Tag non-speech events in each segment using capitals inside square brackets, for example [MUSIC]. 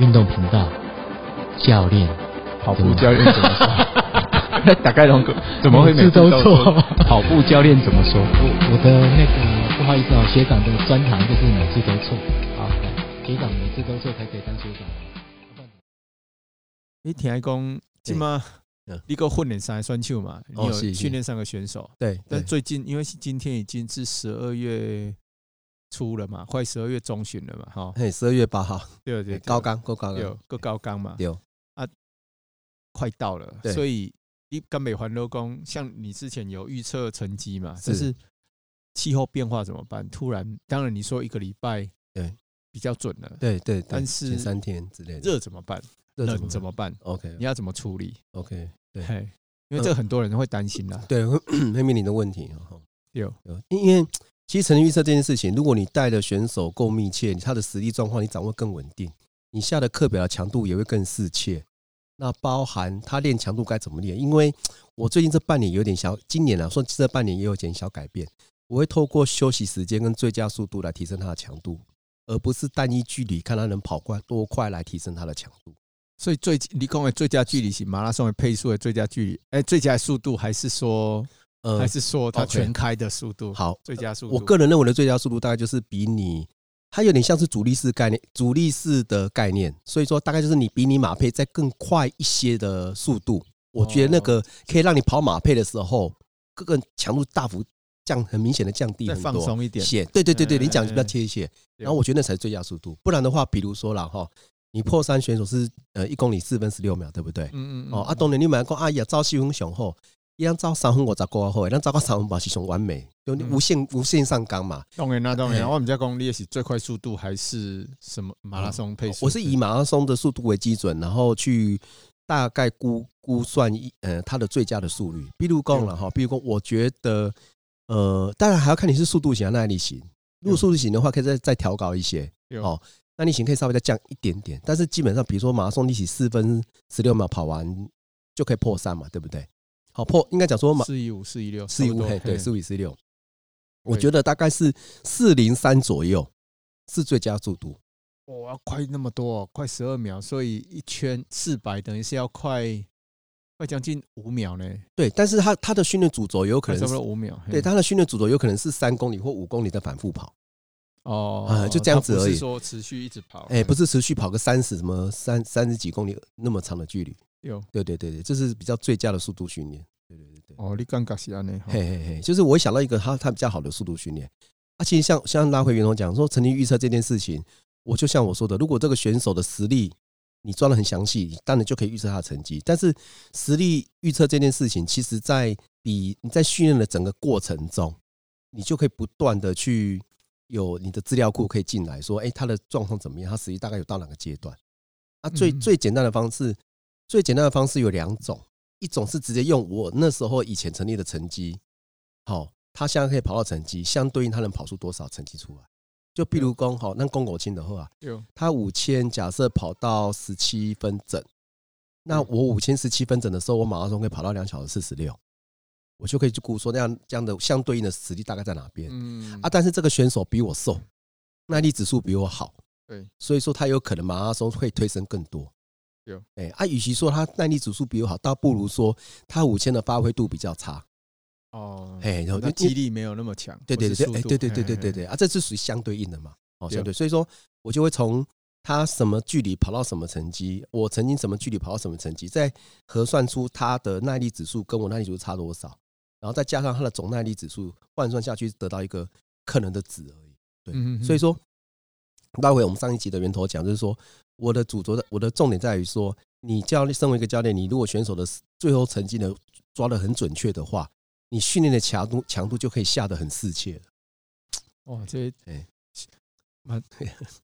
运动频道，教练跑步教练怎么说？打开龙哥怎么会每每次都说错 [LAUGHS] 跑步教练怎么说？我我的那个不好意思哦，学长的专长就是每次都错。好，学长每次都错才可以当学长。你听讲，今嘛你个混练三选手嘛，你哦是有是训练三个选手，对，但对最近因为是今天已经是十二月初了嘛，快十二月中旬了嘛，哈，嘿，十二月八号，对对，对高岗够高有岗，个高纲嘛，啊有快到了，对所以你跟美环都工，像你之前有预测成绩嘛，是就是气候变化怎么办？突然，当然你说一个礼拜，对，比较准了，对对，对但是前三天之类的，热怎么办？冷怎么办？ ？OK 你要怎么处理？ OK，对嗯嘿，因为这个很多人会担心啦，对， [COUGHS] 会面临的问题哦。有有，因因为其实成绩预测这件事情，如果你带的选手够密切，他的实力状况你掌握更稳定，你下的课表的强度也会更适切。那包含他练强度该怎么练？因为我最近这半年有点小，今年啊，说这半年也有点小改变，我会透过休息时间跟最佳速度来提升他的强度，而不是单一距离看他能跑快多快来提升他的强度。所以最你讲的最佳距离是马拉松的配速的最佳距离，哎，最佳的速度还是说呃还是说它 OK 全开的速度？好，最佳速度，我个人认为的最佳速度大概就是比你，它有点像是主力式概念，主力式的概念，所以说大概就是你比你马配再更快一些的速度，我觉哦得那个可以让你跑马配的时候，各个强度大幅降，很明显的降低再很放多。松一点，写对对对对，嗯你讲比较嗯嗯贴切。对然后我觉得那才是最佳速度，不然的话，比如说了哈，你破三选手是呃一公里四分十六秒，对不对？嗯嗯嗯哦，啊，当然你买讲啊，也照四分上好，伊样照三分五十五啊好，咱照到三分八是上完美，就嗯无限、无限上纲嘛。当然啦，当然啦，嘿哦我们家公你也是最快速度还是什么马拉松配速？我是以马拉松的速度为基准，然后去大概估估算一呃它的最佳的速率。比如讲了哈，比如讲，我觉得呃，当然还要看你是速度型还啊是耐力型。如果速度型的话，可以再再调高一些。对哦耐力型可以稍微再降一点点，但是基本上，比如说马拉松，你起四分十六秒跑完就可以破三嘛，对不对？好破，应该讲说马四一五、四一六、四五差不多嘿，对，四五四六，我对觉得大概是四零三左右是最佳速度。哇，要快那么多、哦，快十二秒，所以一圈四百等于是要快快将近五秒呢，对，但是他他的训练主轴有可快差能不是多五秒。嘿对他的训练主轴有可能是三公里或五公里的反复跑，哦、啊就这样它不子而已是说持续一直跑，哎，不是持续跑个三十什么三三十几公里那么长的距离。有对对对对，这是比较最佳的速度训练。对对对对，哦，你刚刚是安呢，嘿嘿嘿，就是我会想到一个他他比较好的速度训练。啊，其实像像拉回袁总讲说，成绩预测这件事情，我就像我说的，如果这个选手的实力你抓的很详细，当然就可以预测他的成绩。但是实力预测这件事情，其实在比你在训练的整个过程中，你就可以不断的去有你的资料库可以进来说，哎、他的状况怎么样？他实力大概有到哪个阶段？啊，最嗯最简单的方式，最简单的方式有两种，一种是直接用我那时候以前成立的成绩，好，他现在可以跑到成绩，相对应他能跑出多少成绩出来？就比如讲，好，那公狗亲的话，有他五千假设跑到十七分整，那嗯我五千十七分整的时候，我马拉松可以跑到两小时四十六，我就可以去估说那样这样的相对应的实力大概在哪边嗯啊？但是这个选手比我瘦，耐力指数比我好，对，所以说他有可能马拉松会推升更多。有，哎，啊，与其说他耐力指数比我好，倒不如说他五千的发挥度比较差。哦，哎，然后那就肌力没有那么强，对对或对是对，哎，速度对对对对嘿对嘿对啊，这是属于相对应的嘛，哦，对相对，所以说我就会从他什么距离跑到什么成绩，我曾经什么距离跑到什么成绩，再核算出他的耐力指数跟我耐力指数差多少，然后再加上他的总耐力指数换算下去，得到一个可能的值而已。对嗯嗯嗯所以说，待会我们上一集的源头讲，就是说我的主轴的我的重点在于说，你教练身为一个教练，你如果选手的最后成绩呢抓得很准确的话，你训练的强度强度就可以下得很适切了。哇，这哎 [LAUGHS] 蛮啊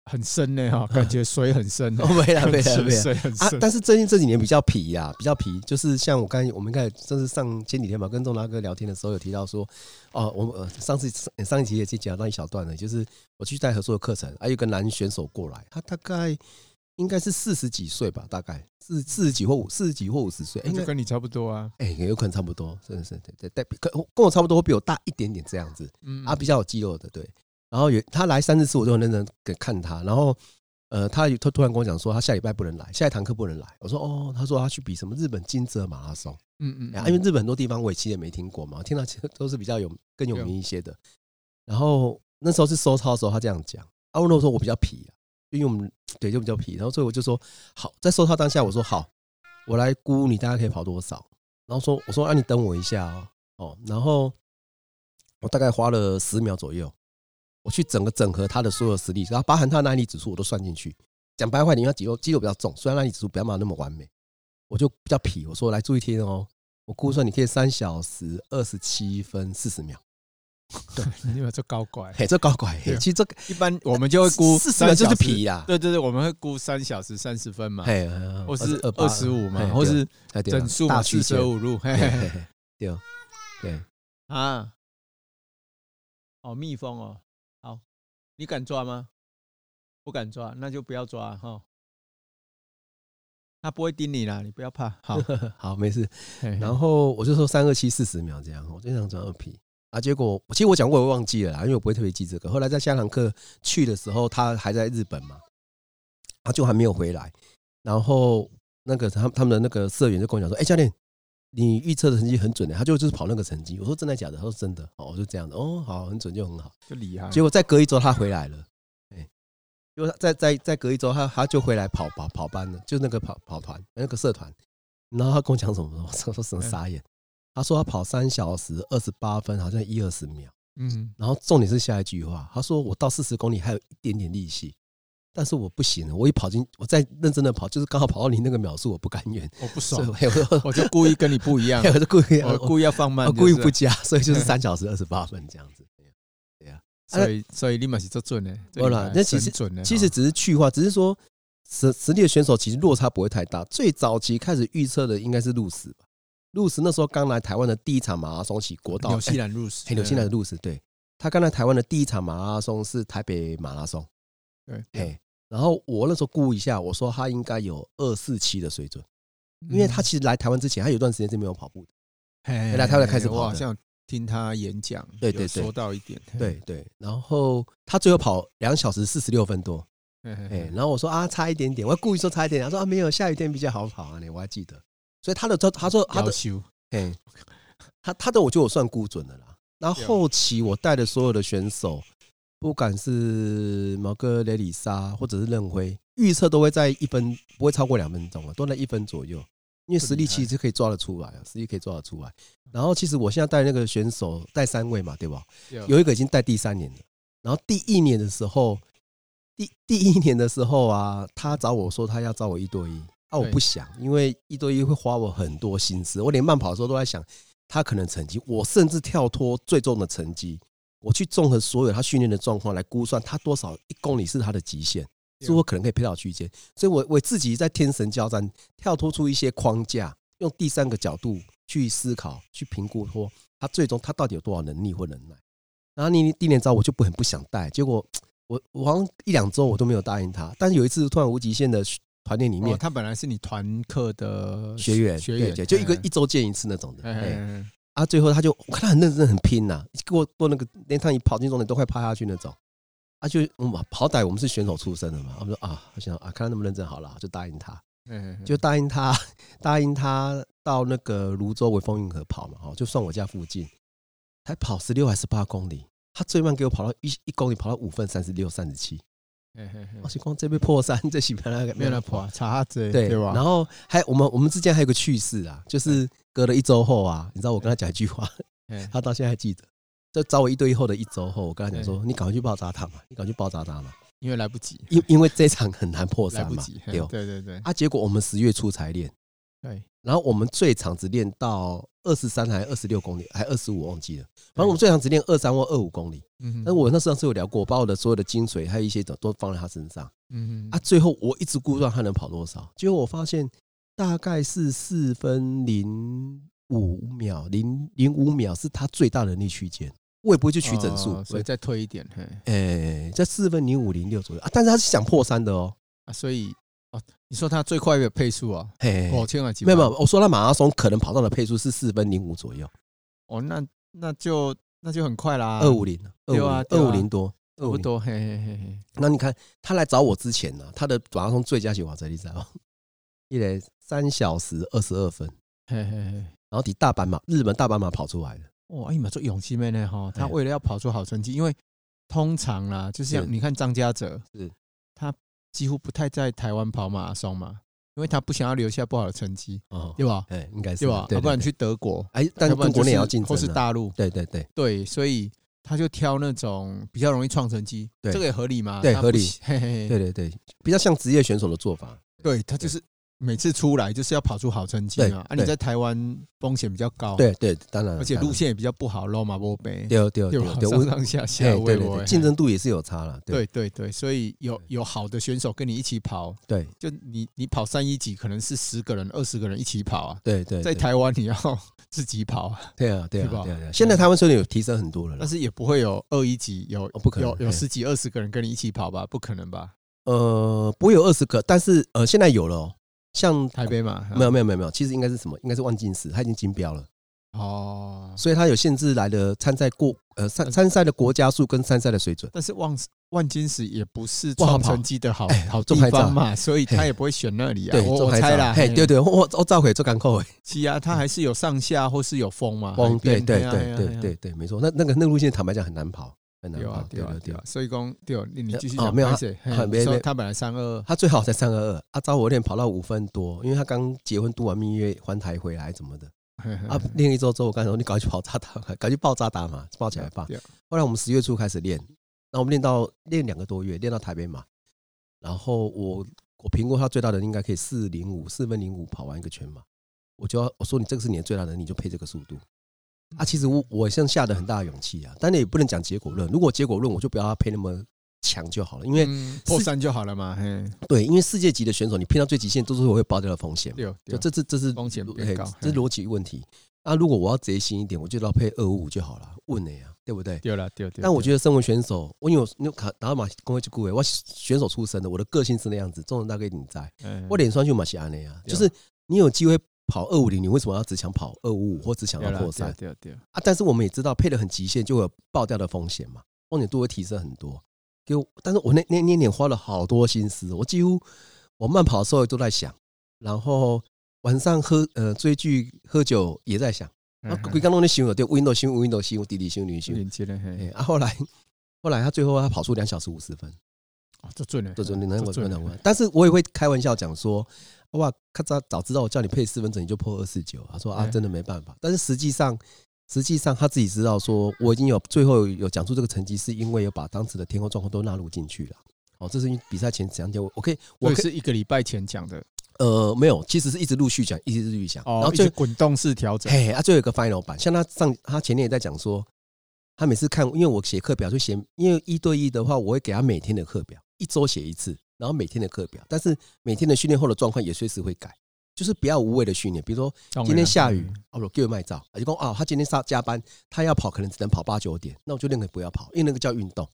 很深呢哈，感觉水很深哦，没啦感没啦觉没啦水很啊！深。但是最近这几年比较皮呀、比较皮，就是像我刚才我们刚才就是上前几天嘛，跟钟大哥聊天的时候有提到说，哦，我们、呃、上次上上一集也就讲到一小段了，就是我去带合作的课程，还、啊有一个男选手过来，他大概应该是四十几岁吧，大概四四十几或五四十几或五十岁，哎那应该就跟你差不多啊，哎、有可能差不多，真的是对对对，可跟我差不多，比我大一点点这样子。嗯啊，比较有肌肉的，对。然后有他来三四次，我就很认真给看他。然后呃，他他突然跟我讲说，他下礼拜不能来，下一堂课不能来。我说哦，他说他去比什么日本金泽马拉松，嗯嗯，啊因为日本很多地方我也其实也没听过嘛，我听到其实都是比较有更有名一些的。然后那时候是收操的时候，他这样讲，阿文诺说我比较皮、啊，因为我们对就比较皮，然后所以我就说好，在收操当下我说好，我来估你大概可以跑多少，然后说我说啊你等我一下哦哦，然后我大概花了十秒左右，我去整个整合他的所有实力，然后包含他的耐力指数我都算进去。讲白话，你要肌肉肌肉比较重，虽然耐力指数不要嘛那么完美，我就比较皮，我说来注意听哦，我估算你可以三小时二十七分四十秒，对，因为嗯这高 [LAUGHS] 拐，嘿，这高拐，嘿对，啊其实这个一般 [LAUGHS] 我们就会估四十秒就是皮呀，啦，对对对，我们会估三小时三十分嘛，嘿，啊或是28二十五嘛嘿，或对是哎对啊整数大嘛，区四间舍五入，嘿嘿嘿嘿嘿嘿对哦对，啊，哦，蜜蜂哦，好，你敢抓吗？不敢抓，那就不要抓哈。它不会叮你啦，你不要怕。好，好，没事。嘿然后我就说三二七四十秒这样，我就想转二 P 啊。结果其实我讲过，我忘记了啦，因为我不会特别记这个。后来在下堂课去的时候，他还在日本嘛，他就还没有回来。然后那个他他们的那个社员就跟我讲说：“哎、教练，你预测的成绩很准的。”他就就是跑那个成绩。我说：“真的假的？”他说：“真的。”哦，我就这样的。哦，好，很准就很好。就厉害。结果再隔一周他回来了，哎，结果他再再再隔一周他他就回来跑跑跑班了，就那个跑跑团那个社团，然后他跟我讲什么，我说什么傻哎眼，他说他跑三小时二十八分，好像一二十秒，嗯，然后重点是下一句话，他说我到四十公里还有一点点力气。但是我不行了，我一跑进，我再认真的跑，就是刚好跑到你那个秒数，我不甘愿，我不所以爽，我我我就故意跟你不一 [LAUGHS] 样，我就故意 [LAUGHS] 我我故意要放慢我，故意不就是，加，所以就是三小时二十八分这样 [LAUGHS] 子。所以所以立马是做准的。哎没有啦那其实准的，哦其实哈只是去化，只是说实实力的选手其实落差不会太大。最早期开始预测的应该是路石吧，路石那时候刚来台湾的第一场马拉松是国道，纽西哎兰入室，嘿纽西兰的路石，对他刚来台湾的第一场马拉松是台北马拉松，对，对，嘿，然后我那时候估一下，我说他应该有二四七的水准，因为他嗯其实来台湾之前，他有一段时间是没有跑步的，原原来他才开始跑的我好像听他演讲，对对有对说到一点，嘿对，对，然后他最后跑两小时四十六分多，嘿嘿哎、嘿然后我说啊，差一点点，我还故意说差一点点，他说啊没有，下雨天比较好跑啊，你我还记得。所以他的他他说他要的修，哎、他他的我觉得我算估准了啦。然后后期我带的所有的选手，不管是毛哥、雷里莎或者是任辉，预测都会在一分不会超过两分钟啊，都在一分左右。因为实力其实可以抓得出来啊，实力可以抓得出来。然后其实我现在带那个选手带三位嘛，对吧？有一个已经带第三年了，然后第一年的时候，第第一年的时候啊，他找我说他要找我一对一，啊，我对不想，因为一对一会花我很多心思，我连慢跑的时候都在想他可能成绩，我甚至跳脱最终的成绩，我去综合所有他训练的状况来估算他多少一公里是他的极限，对啊是我可能可以配到区间，所以我我自己在天神交战跳脱出一些框架，用第三个角度去思考、去评估说他最终他到底有多少能力或能耐。然后你第一年招我就不很不想带，结果我我好像一两周我都没有答应他，但是有一次突然无极限的团练里哦面他本来是你团课的学员，学对员对，就一个一周见一次那种的，嘿哎嘿嘿啊，最后他就我看他很认真很拼呐、给我做那个那趟一跑进终点都快趴下去那种。啊就，我们好歹我们是选手出身的嘛，我们说啊，我想啊，看他那么认真好了，就答应他，嘿嘿就答应他， [LAUGHS] 答应他到那个泸州微风运河跑嘛，哦，就算我家附近，才跑十六还是八公里，他最慢给我跑到一一公里跑到五分三十六三十七，嘿嘿嘿我是光这边破三，这是本来嗯没有人破，查哈子对对吧？然后还我们我们之间还有个趣事啊，就是隔了一周后啊，你知道我跟他讲一句话，嘿他到现在还记得。就找我一对一后的一周后，我跟他讲说：“你赶快去爆炸他嘛，你赶快去爆炸他嘛，因为来不及，因因为这场很难破来三不嘛。及，”嘿对对哦对对啊，结果我们十月初才练，对，然后我们最长只练到二十三还二十六公里，还二十五忘记了。反正我们最长只练二三或二五公里。啊嗯，但我那上次有聊过，我把我的所有的精髓还有一些都都放在他身上。嗯啊，最后我一直估算他能跑多少，结果我发现大概是四分零五秒，零零五秒是他最大能力区间。我也不会去取整哦数，所所以以再退一点，嘿诶、在四分零五零六左右啊，但是他是想破三的哦，啊，所以哦，你说他最快的配速啊，嘿，五千啊几哎没百，有没有，我说他马拉松可能跑到的配速是四分零五左右，哦，那那就那就很快啦，二五零，二对啊五对二啊五零多，差不多，嘿嘿嘿嘿，那你看他来找我之前呢、他的马拉松最佳是偌济，你知道吗？ [LAUGHS] 一来三小时二十二分，嘿嘿嘿。然后抵大阪马日本大阪马跑出来的，哇，哎嘛，做勇气妹呢哈，他哎为了要跑出好成绩，因为通常啦，就是是像你看张家泽，是他几乎不太在台湾跑马拉松嘛，因为他不想要留下不好的成绩，哦，对吧？哎，应该是对吧？要啊不然去德国，哎，但要不然跟就国内也是要竞争或是啊，大陆，对对对，对，所以他就挑那种比较容易创成绩，对这个也合理嘛？对他不合理喜嘿嘿对嘿，对对，比较像职业选手的做法，对他就是每次出来就是要跑出好成绩对嘛，啊，对你在台湾风险比较高，，对对，当然，哦而且路线也比较不好，罗马波杯，当然对对对对吧？对，上我上下下，哎喂对对喂对，竞争度也是有差了，对对对对，所以有有好的选手跟你一起跑，对就你你跑三一级可能是十个人、二十个人一起跑啊，对对，在对台湾你要 [LAUGHS] 自己跑啊，对啊对啊是吧哎对啊对啊，现在台湾虽然有提升很多了啦但，是也不会有二一级有啊哦不可能有有嘿十几二十个人跟你一起跑吧？不可能吧？呃，不会有二十个，但是呃，现在有了哦，像台北嘛，没有没有没有没有，其实应该是什么？应该是万金石，他已经金标了，哦，所以他有限制来的参赛过呃参参赛的国家数跟参赛的水准。但是万万金石也不是不好创跑成绩的好哎好做地拍照方嘛，所以他嘿也不会选那里啊对，，我做我拍猜照啦，嘿，对对，我我召回做港口诶，是啊，他还是有上下或是有风嘛，海风对边对嘿啊嘿对啊嘿对啊对对，没错。那那个那个路线坦白讲很难跑，很难对跑啊，，对啊，对对啊，。所以讲对哦，你你继续哦讲，没有不好意思啊嘿没你说没他本来三 [LAUGHS] 二他最好才三二二，啊，招我练跑到五分多，因为他刚结婚度完蜜月还台回来怎么的啊啊，练一周之后，我刚才说你赶快去跑扎达，赶快去爆扎达嘛，抱起来吧。对啊后来我们十月初开始练，那我们练到练两个多月，练到台北马，然后我我评估他最大的应该可以四零五四分零五跑完一个全马，我就要我说你这个是你的最大能力，你就配这个速度。啊，其实我我像下的很大的勇气啊，但也不能讲结果论。如果结果论，我就不要他配那么强就好了，因为、嗯破三就好了嘛，嘿，对，因为世界级的选手，你拼到最极限都是会有爆掉的风险嘛。对啊就对，这是这是风险逻变嘿高这是嘿逻辑问题。那、如果我要贼心一点，我就要配二五就好了，问你啊，对不对？对了，对对。但我觉得身为选手，我因为我那卡打马工会去顾维，我是选手出身的，我的个性是那样子，中人大概你在，得我脸酸就马西安内啊，嗯对就是你有机会跑二五零，你为什么要只想跑二五五或只想对要了破对三对对，啊？但是我们也知道配的很极限，就会有爆掉的风险嘛，风险度会提升很多。给我，但是我那那那一年花了好多心思，我几乎我慢跑的时候都在想，然后晚上喝呃追剧喝酒也在想，啊，嗯规刚弄的想对 Windows 想 Windows 想弟弟想女想。连接了，嘿哎、，啊，后来后来他最后他跑出两小时五十分，哦这准了，这种你能我这能准我了，，但是我也会开玩笑讲说，哇，咔早早知道我叫你配四分整，你就破二四九。他说啊，哎真的没办法。但是实际上，实际上他自己知道说，我已经有最后有讲出这个成绩，是因为有把当时的天候状况都纳入进去了。哦，这是因为比赛前两天，我我可以，我我可以是一个礼拜前讲的，呃没有，其实是一直陆续讲，一直陆续讲，然哦后，一最直滚动式调整，嘿，啊，最后一个 final 版，像他上他前天也在讲说，他每次看，因为我写课表就写，因为一对一的话，我会给他每天的课表，一周写一次，然后每天的课表，但是每天的训练后的状况也随时会改，就是不要无谓的训练，比如说当然今天了下雨，啊，我给我卖照，啊就讲啊，他今天上加班，他要跑可能只能跑八九点，那我就宁可不要跑，因为那个叫运动，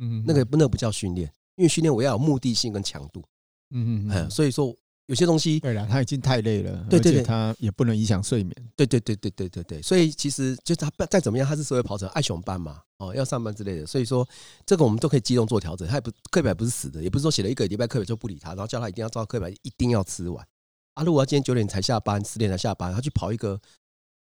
嗯，嗯那个，那个不叫训练，因为训练我要有目的性跟强度，嗯嗯嗯，嗯，所以说有些东西对了，他已经太累了，对对而且对他也不能影响睡眠，对对对对对对对，所以其实就是他不再怎么样，他是社会跑者，爱熊班嘛，哦，要上班之类的，所以说这个我们都可以机动做调整。他也不课表也不是死的，也不是说写了一个礼拜课表就不理他，然后叫他一定要照课表一定要吃完。啊，如果他今天九点才下班，十点才下班，他去跑一个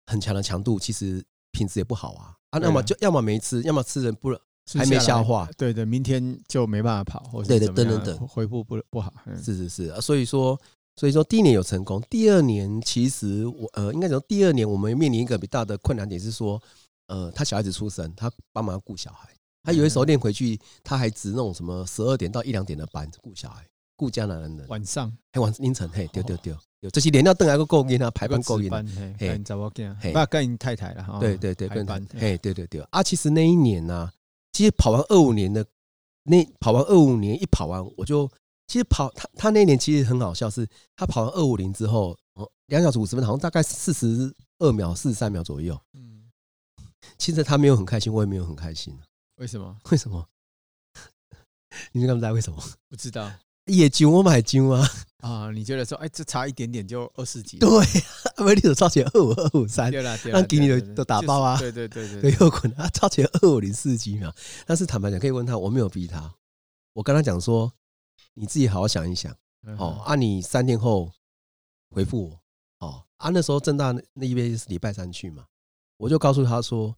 很强的强度，其实品质也不好啊。啊，对啊要么就要么没吃，要么吃人不还剩没下来消化，对对，明天就没办法跑，或者对对怎么样等等等恢复不不好，嗯是是是，啊所以说所以说第一年有成功，第二年其实我呃应该讲第二年我们面临一个比较大的困难点是说，呃，他小孩子出生，他帮忙顾小孩，他有的嗯时候练回去，他还值那种什么十二点到一两点的班顾小孩，顾家男人的，晚上还晚凌晨嘿，对对对，有这些连到邓还够够硬啊，排班够值硬啊，班，嘿，嘿跟查某囝，嘿不跟你太太了哈，对对对，哦排跟班班嘿对对对啊，其实那一年呢、其实跑完二五年的那跑完二五年一跑完，我就其实跑他他那一年其实很好笑，是他跑完二五零之后，哦两小时五十分，好像大概四十二秒、四十三秒左右。嗯，其实他没有很开心，我也没有很开心，为什么为什 [LAUGHS] 么？你们知道为什么？ [LAUGHS] 不知道？野酒我买酒啊， [LAUGHS] 啊，你觉得说，哎，这差一点点就二十几了，对，啊 [LAUGHS] 阿美利手超前二五二五三，对啦，对啦，让给你对的啦都打爆啊就是对对对对对，右滚，他超前二五零四几秒。但是坦白讲，可以问他，我没有逼他，我跟他讲说，你自己好好想一想，对哦，，啊，你三天后回复我，哦，啊，那时候正大那那一边是礼拜三去嘛，我就告诉他说，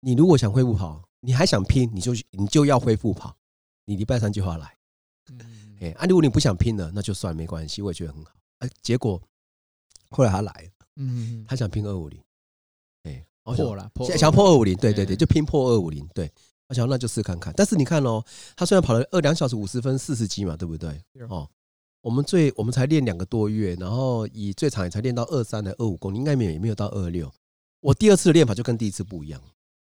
你如果想恢复跑，你还想拼，你就你就要恢复跑，你礼拜三就要来。嗯哎、啊，如果你不想拼了，那就算没关系，我也觉得很好。哎、结果后来他来了，嗯，他想拼二五零，哎，我想破了，破想想破二五零，对对嗯对，就拼破二五零，对。我想那就试看看，但是你看哦，他虽然跑了二两小时五十分四十几嘛，对不对对？哦，我们最我们才练两个多月，然后以最长也才练到二三的二五公里，应该没有也没有到二六。我第二次的练法就跟第一次不一样，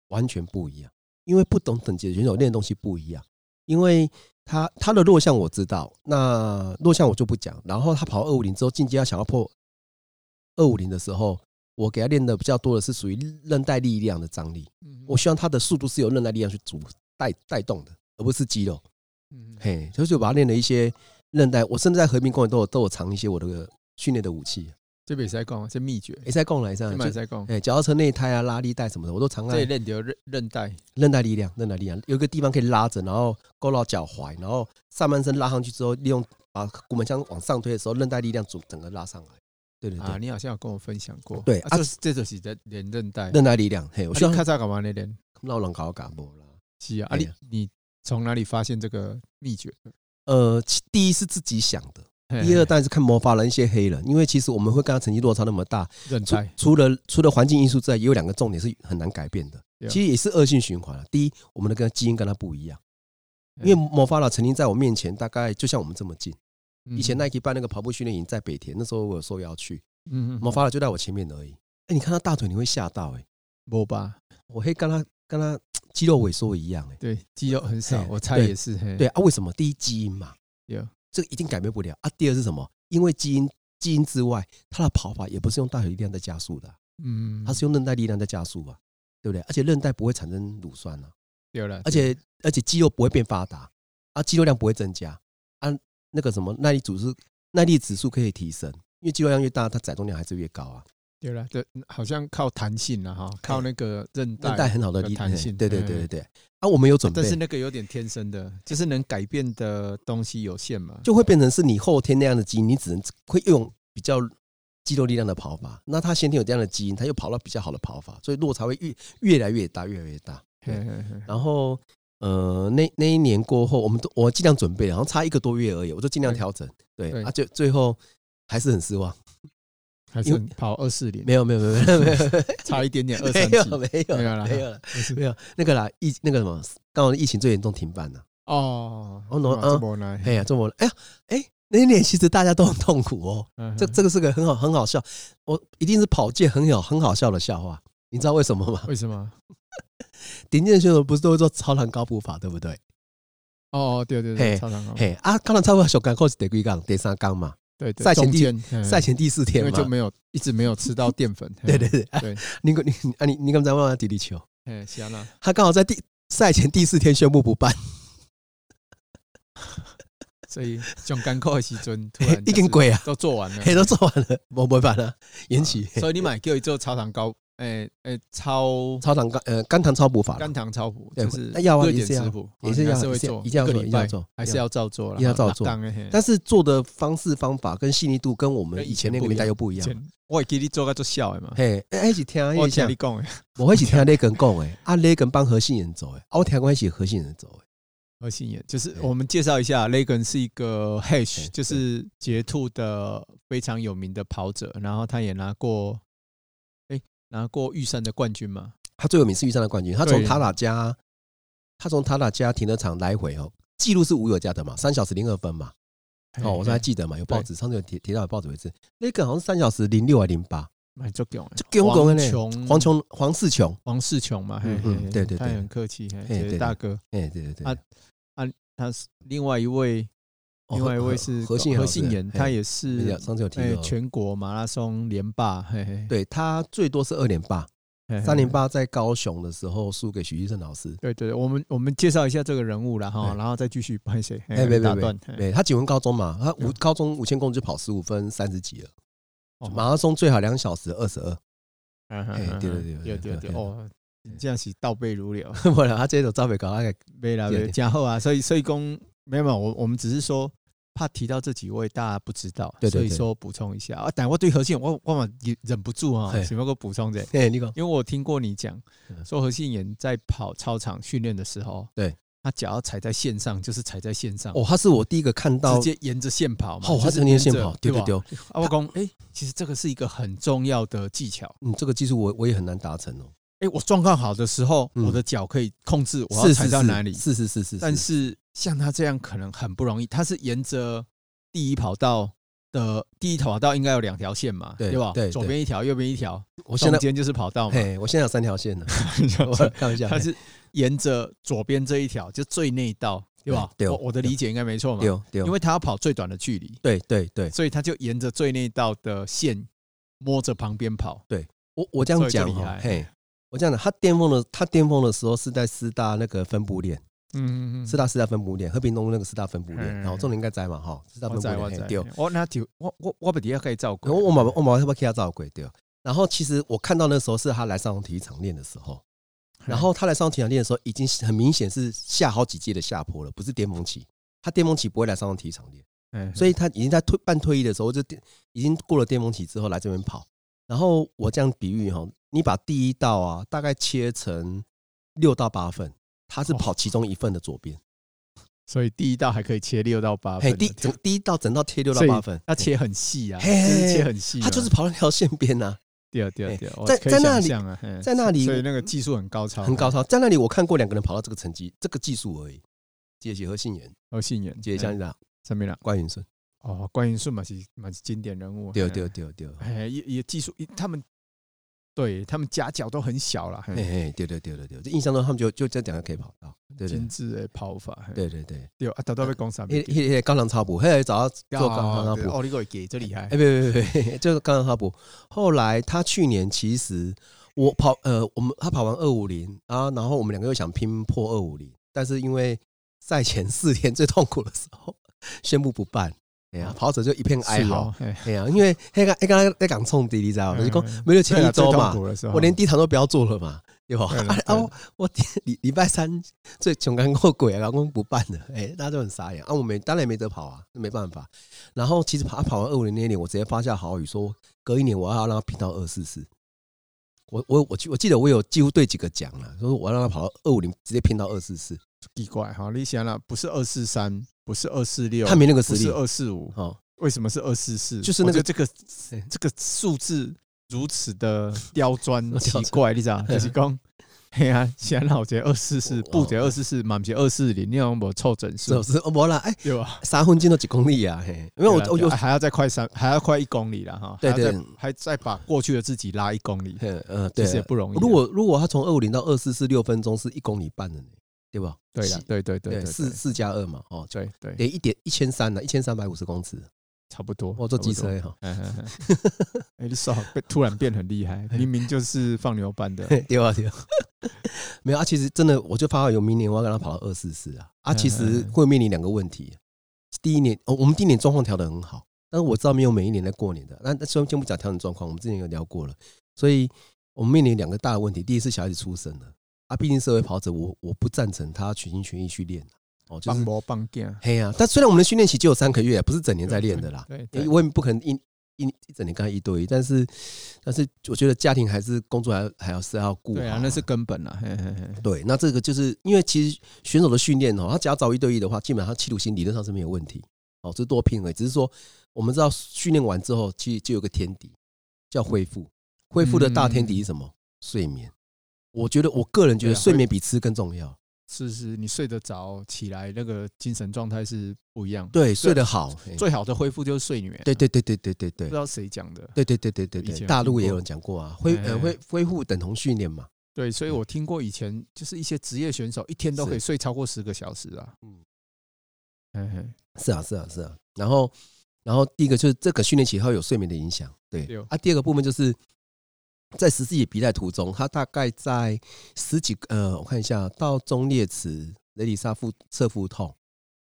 完全不一样，因为不懂等级的选手练的东西不一样。因为他他的弱项我知道，那弱项我就不讲。然后他跑二五零之后，进阶要想要破二五零的时候，我给他练的比较多的是属于韧带力量的张力。嗯我希望他的速度是由韧带力量去主带带动的，而不是肌肉。嗯嘿，就是我把它练了一些韧带，我甚至在和平公园都有都有藏一些我的训练的武器。这边在讲，这秘诀，哎，在供来上这，边就在讲，哎，脚踏车内胎啊、拉力带什么的，我都藏这在一练就韧韧带，韧带力量、韧带力量，有一个地方可以拉着，然后勾到脚踝，然后上半身拉上去之后，利用把骨盆腔往上推的时候，韧带力量整整个拉上来。对对啊，对，你好像有跟我分享过，对啊，啊就是这就是在连韧带，韧带力量。嘿，我我希望啊看早干嘛那练？让人搞搞不啦。是啊，啊哎你呀你从哪里发现这个秘 [LAUGHS] 诀？呃，其第一是自己想的。嘿第二当然是看魔法人一些黑人，因为其实我们会跟他成绩落差那么大，韧除带，除了除了环境因素之外，也有两个重点是很难改变的，对啊其实也是恶性循环了。啊第一，我们的跟基因跟他不一样，因为魔法老曾经在我面前，大概就像我们这么近。以前 Nike 办那个跑步训练营在北田，那时候我有受邀去，嗯魔法老就在我前面而已。哎，你看他大腿，你会吓到哎、摩吧，我会跟他跟他肌肉萎缩一样哎、对，肌肉很少，嘿我猜哎对也是，嘿对，啊，为什么？第一基因嘛，对这个一定改变不了啊。第二是什么？因为基因基因之外，他的跑法也不是用大腿力量在加速的啊、嗯，它是用韧带力量在加速吧，对不对？而且韧带不会产生乳酸啊，对了，而且而且肌肉不会变发达啊，肌肉量不会增加啊，那个什么耐力指数耐力指数可以提升，因为肌肉量越大，它载重量还是越高啊。对了，对，好像靠弹性啊了哈，靠那个韧带，韧哎带很好的力有弹性对对对嗯对对。啊，我们有准备但，是那个有点天生的，就是能改变的东西有限嘛。就会变成是你后天那样的基因，你只能会用比较肌肉力量的跑法。那他先天有这样的基因，他又跑到比较好的跑法，所以落差会越越来越大，越来越大。嘿嘿嘿然后呃，那那一年过后，我们都我尽量准备，然后差一个多月而已，我就尽量调整。对对啊，就最后还是很失望，还因是为跑二四零没，有没有没有没有没有差一点点二没三几有没有没有啦没有了不是没有那个啦疫那个什么，刚好疫情最严重停办了。哦，哦喏哇啊这么难，哎呀，这么哎呀哎。那一年其实大家都很痛苦哦，嗯这哼这个是个很好很好笑，我一定是跑界很有很好笑的笑话，你知道为什么吗？为什么？顶尖选手不是都会做超栏高步法，对不对？哦，对对嘿对，超长哦，嘿啊，刚才超过小杆扣是第几杠？第三杠嘛，对对，赛前第中间嗯赛前第四因天为嘛就，没有一直没有吃到淀 [LAUGHS] 粉，对对对，啊对，你你啊你你刚才问他迪丽球，哎，行了，他刚好在第赛前第四天宣布不嗯办，所以上干扣的时阵，突然一根鬼啊，都做完了，嘿都做完了，我不办了，延期。所以你买叫一做超糖高，诶诶，超超糖肝呃肝糖超补法了，肝糖超谱，对就是那要啊瑞也典是要食谱，也是哦要还是会也是做，一定要个做礼一定要拜做还是要照做啦，一定要照做当然嘿但是做的方式方法跟细腻度跟我们以前那个年代又不一以样。前我会记你做个做笑的嘛，嘿，哎，一起听啊，我一起听你听，讲的，我会一起听那根讲哎，啊那根帮核心人走哎，啊我听过一起核心人走哎，核心眼就是对我们介绍一下，Legan 是一个 Hash，对就是捷兔的非常有名的跑者，然后他也拿过，哎，拿过预算的冠军嘛，他最有名是遇上的冠军，他从对塔塔加，他从塔塔加停车场来回哦，记录是无有价的嘛，三小时零二分嘛，哦，我说在还记得嘛，有报纸上次有提提到有报纸位置，那个好像三小时零六还零八，蛮足够的，就强的啊黄呢琼黄琼黄世琼，黄世琼嘛，嘿嘿嗯嗯嘿对对他对也很客气，嘿嘿这对个对大哥，哎，对对对，啊他是另外一位，哦另外一何位是何信哦何信言，他也是是上次有提哦哎到，全国马拉松连霸，嘿嘿，对他最多是二点八，嘿嘿三零八在高雄的时候输给许医生老师，对对对，我们我们介绍一下这个人物了哈，对然后再继续拍谁？嘿哎，没打没断没，，嘿没他几文高中嘛，他五嗯高中五千公里就跑十五分三十几了，哦马拉松最好两小时二 [LAUGHS] 十二，嗯嗯嘿嗯对嗯对对对对对对，对哦，这样是倒背如流， [LAUGHS] 不然他这种照片搞大概没啦对没对加厚啊，所以所以公没有没有，我我们只是说怕提到这几位大家不知道，对所对以对说补充一下啊。但我对何信我我嘛也忍不住啊，嘿想要给我补充者，哎，你讲因为我听过你讲嗯说何信妍在跑操场训练的时候，对他脚要踩在线上，就是踩在线上。哦，他是我第一个看到直，接沿着线跑嘛，哦，就他是成年线沿着跑，丢丢吧丢，啊，我讲，哎、其实这个是一个很重要的技巧。嗯，这个技术我我也很难达成哦，哎、我状况好的时候，嗯我的脚可以控制我要是踩是到是哪里。是是是是，但是像他这样可能很不容易，他是沿着第一跑道的第一跑道应该有两条线嘛，对吧？对对左边一条，右边一条，我现中在间就是跑道嘛。嘿，我现在有三条 [LAUGHS] 线呢，我就是看一下，他是沿着左边这一条，就最内道，对吧？对对我我的理解应该没错嘛，丢丢因，为他要跑最短的距离，对对对，所以他就沿着最内道的线摸着旁边跑。我我这样所以就讲厉哈害，嘿，我这样讲，他巅峰的他巅峰的时候是在师大那个分部练，嗯嗯嗯师大师大分部练，和平东路那个师大分部嗯练，然后重点应该在嘛哈，师大我分部知我练知嘿，丢，，我那就我我我不底下可以照顾。然后我马我马上要给他照鬼丢，然后其实我看到那时候是他来上体育场练的时候。然后他来上体育场练的时候，已经很明显是下好几届的下坡了，不是巅峰期。他巅峰期不会来上体育场练。嗯，所以他已经在退半退役的时候，就巅已经过了巅峰期之后来这边跑。然后我这样比喻哈，你把第一道啊大概切成六到八份，他哦是跑其中一份的左边，所以第一道还可以切六到八嘿，分，第整第一道整道贴六到所以八份， [LAUGHS] 要切很细啊，就嘿是切很细嘛，他就是跑那条线边呐、对啊对啊嘿对啊，我在可以在那里想象啊，嘿在那里所以那个技术很高超，啊很高，超。在那里我看过两个人跑到这个成绩，这个技术而已。解结和信源，有哦信哎仰，解像啥？什么啦？关云 [LAUGHS] 顺，哦，关云顺嘛是嘛是经典人物，啊对嘿对，对对，哎也也技术，他们对他们夹角都很小了，嘿很嘿，对对对对对，这印象中他们就就这两个可以跑到，对对精致的跑法，嘿对对对，对啊，到底要讲啥？那那那高粱超补，嘿，找到做高哦粱超对补，哦，你给我给这厉害哎、，别别别 [LAUGHS] 别，就是刚刚哈勃。后来他去年其实我跑呃，我们他跑完二五零啊，然后我们两个又想拼破二五零，但是因为赛前四天最痛苦的时候，宣布不办，哎呀、跑者就一片哀是嚎哦，。嘿哎呀、因为那个那个那港冲敌，你知道吗？就讲没有对前啊一周最嘛痛，苦的时候我连地毯都不要做了嘛，对吧？对啦 [LAUGHS] 啊对啊，啦我我礼礼拜三最穷干过鬼啊，老公不办了， [LAUGHS] 哎、大家都很傻眼啊。我没当然没得跑啊，没办法。然后其实跑跑完二五零那一年，我直接发下豪语说，隔一年我要让他拼到二四四。我我我记我记得我有几乎对几个奖了，说我要让他跑到二五零，直接拼到二四四，奇怪哈，你想了，不是二四三，不是二四六，他没那个实不力是。二四五，哦，为什么是二四四？就是那个哎我觉得这个对这个数字如此的刁钻刁奇钻怪，你知道？ [LAUGHS] 嗯就是讲， [LAUGHS] 嘿啊，想老杰二四四，哦不杰二四四，满杰二四零，你有没有凑整是数不？是？哦，没啦，哎、对吧？三分进到几公里啊？嘿，因为我对啊我对啊有还要再快三，还要快一公里了哈。对还要再对还再把过去的自己拉一公里，嗯嗯，其对实也不容易啊。如果如果他从二五零到二四四六分钟是一公里半的呢，对吧？对了，对对对对，对，四四加二嘛，哦，对对对得一点一千三呢，啊一千三百五十公尺，差不多。我坐差不机多车哈，哎哎哎 [LAUGHS] 哎，你少被突然变很厉害，明明就是放牛班的， [LAUGHS] 对吧？对吧？没有啊，其实真的，我就发现有明年我要跟他跑到二四四啊，啊，其实会面临两个问题。第一年，哦，我们第一年状况调得很好，但是我知道没有每一年在过年的，那那先先不讲调整状况，我们之前有聊过了，所以我们面临两个大的问题。第一是小孩子出生了，啊，毕竟社会跑者，我我不赞成他全心全意去练，哦，就是棒波棒剑嘿呀、但虽然我们的训练期只有三个月，不是整年在练的啦。对，因对为我也不可能一一一整年跟他一对一，但是但是我觉得家庭还是工作还还要是要顾好。对啊，那是根本啊，嘿嘿嘿，对。那这个就是因为其实选手的训练哦，他只要找一对一的话，基本上他企图心理论上是没有问题哦，只是多拼而已。只是说我们知道训练完之后，其实就有个天敌叫恢复，恢复的大天敌是什么？睡眠。我觉得我个人觉得对啊睡眠比吃更重要。是是，你睡得着，起来那个精神状态是不一样。，对，睡得好。嘿最好的恢复就是睡眠。对，对对对对对对不知。道谁讲的。对对对对对以前有对，大听陆也过有人讲过啊，恢哎呃恢恢复等同训练嘛，对，所以我听过以前就是一些职业选手一天都可以睡超过十个小时啊。嗯嗯，嘿嘿，是啊是啊是啊。然后然后第一个就是这个训练起后有睡眠的影响，对对哦啊。第二个部分就是在十四级比赛途中，他大概在十几呃，我看一下，到中列池雷里莎腹侧腹痛，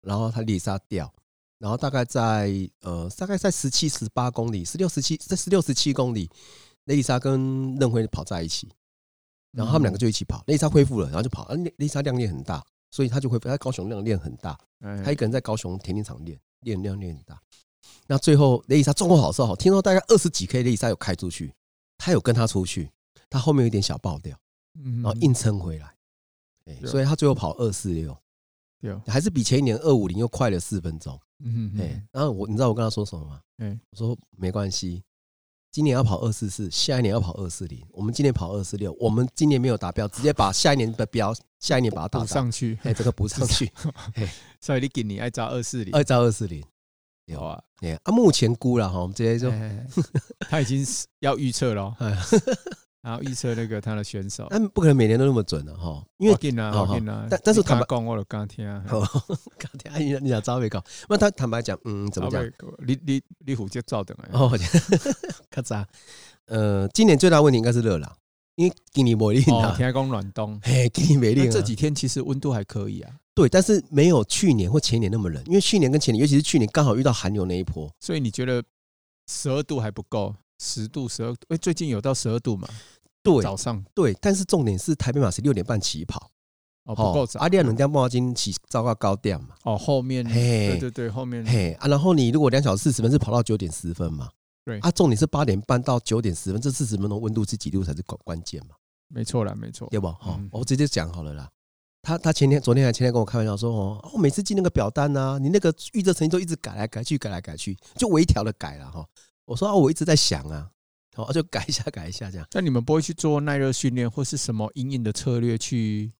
然后他雷里莎掉，然后大概在呃，大概在十七、十八公里，十六、十七，在十六、十七公里，雷里莎跟任辉跑在一起，然后他们嗯两个就一起跑，雷里莎恢复了，然后就跑，啊，雷雷里莎量练很大，所以他就恢复，他在高雄量练很大，哎他一个人在高雄田径场练，练量练很大。那最后雷伊莎状况好是好，听说大概二十几 K 雷伊莎有开出去，他有跟他出去，他后面有点小爆掉，嗯然后哦硬撑回来，哎，对所以他最后跑二四六，对哦，还是比前一年二五零又快了四分钟，嗯嗯哎，然后我你知道我跟他说什么吗？嗯我说没关系，今年要跑二四四，下一年要跑二四零，我们今年跑二四六，我们今年没有达标，直接把下一年的标，下一年把它打补上，上去，哎，这个补上去，所以你今年爱招二四零，二招二四零。好啊，哎、啊，目前估了哈，我们直接就，哎他已经是要预测了哦，哎，然后预测那个他的选 [LAUGHS] 手，但不可能每年都那么准的、哈，因为我紧啊，好我好紧啊，哦但但是你跟坦白我讲我就敢听啊， [LAUGHS] 哦，刚才你你讲招没搞，那他坦白讲，嗯，怎么讲？啊？不你你你虎就照等来，哦， [LAUGHS] 咔嚓，呃，今年最大问题应该是热浪，因为今年没力哦，啊，天公暖冬，嘿，今年没力、那啊，这几天其实温度还可以啊，对，但是没有去年或前年那么冷，因为去年跟前年，尤其是去年刚好遇到寒流那一波，所以你觉得十二度还不够？十度、十二，哎，最近有到十二度嘛？对早上对，但是重点是台北马是六点半起跑，哦啊不够早，阿丽亚冷掉帽巾起糟糕高点嘛，哦后面，嘿，对对对，后面嘿啊，然后你如果两小时四十分是跑到九点十分嘛，对啊，重点是八点半到九点十分这四十分钟温度是几度才是关关键嘛，没错啦，没错，对不？哈、嗯我直接讲好了啦。他他前天昨天还前天跟我开玩笑说哦，我、每次记那个表单呐、你那个预测成绩都一直改来改去，改来改去，就微调的改了哈、我说啊，我一直在想啊，好、就改一下改一下这样。但你们不会去做耐热训练或是什么阴影的策略去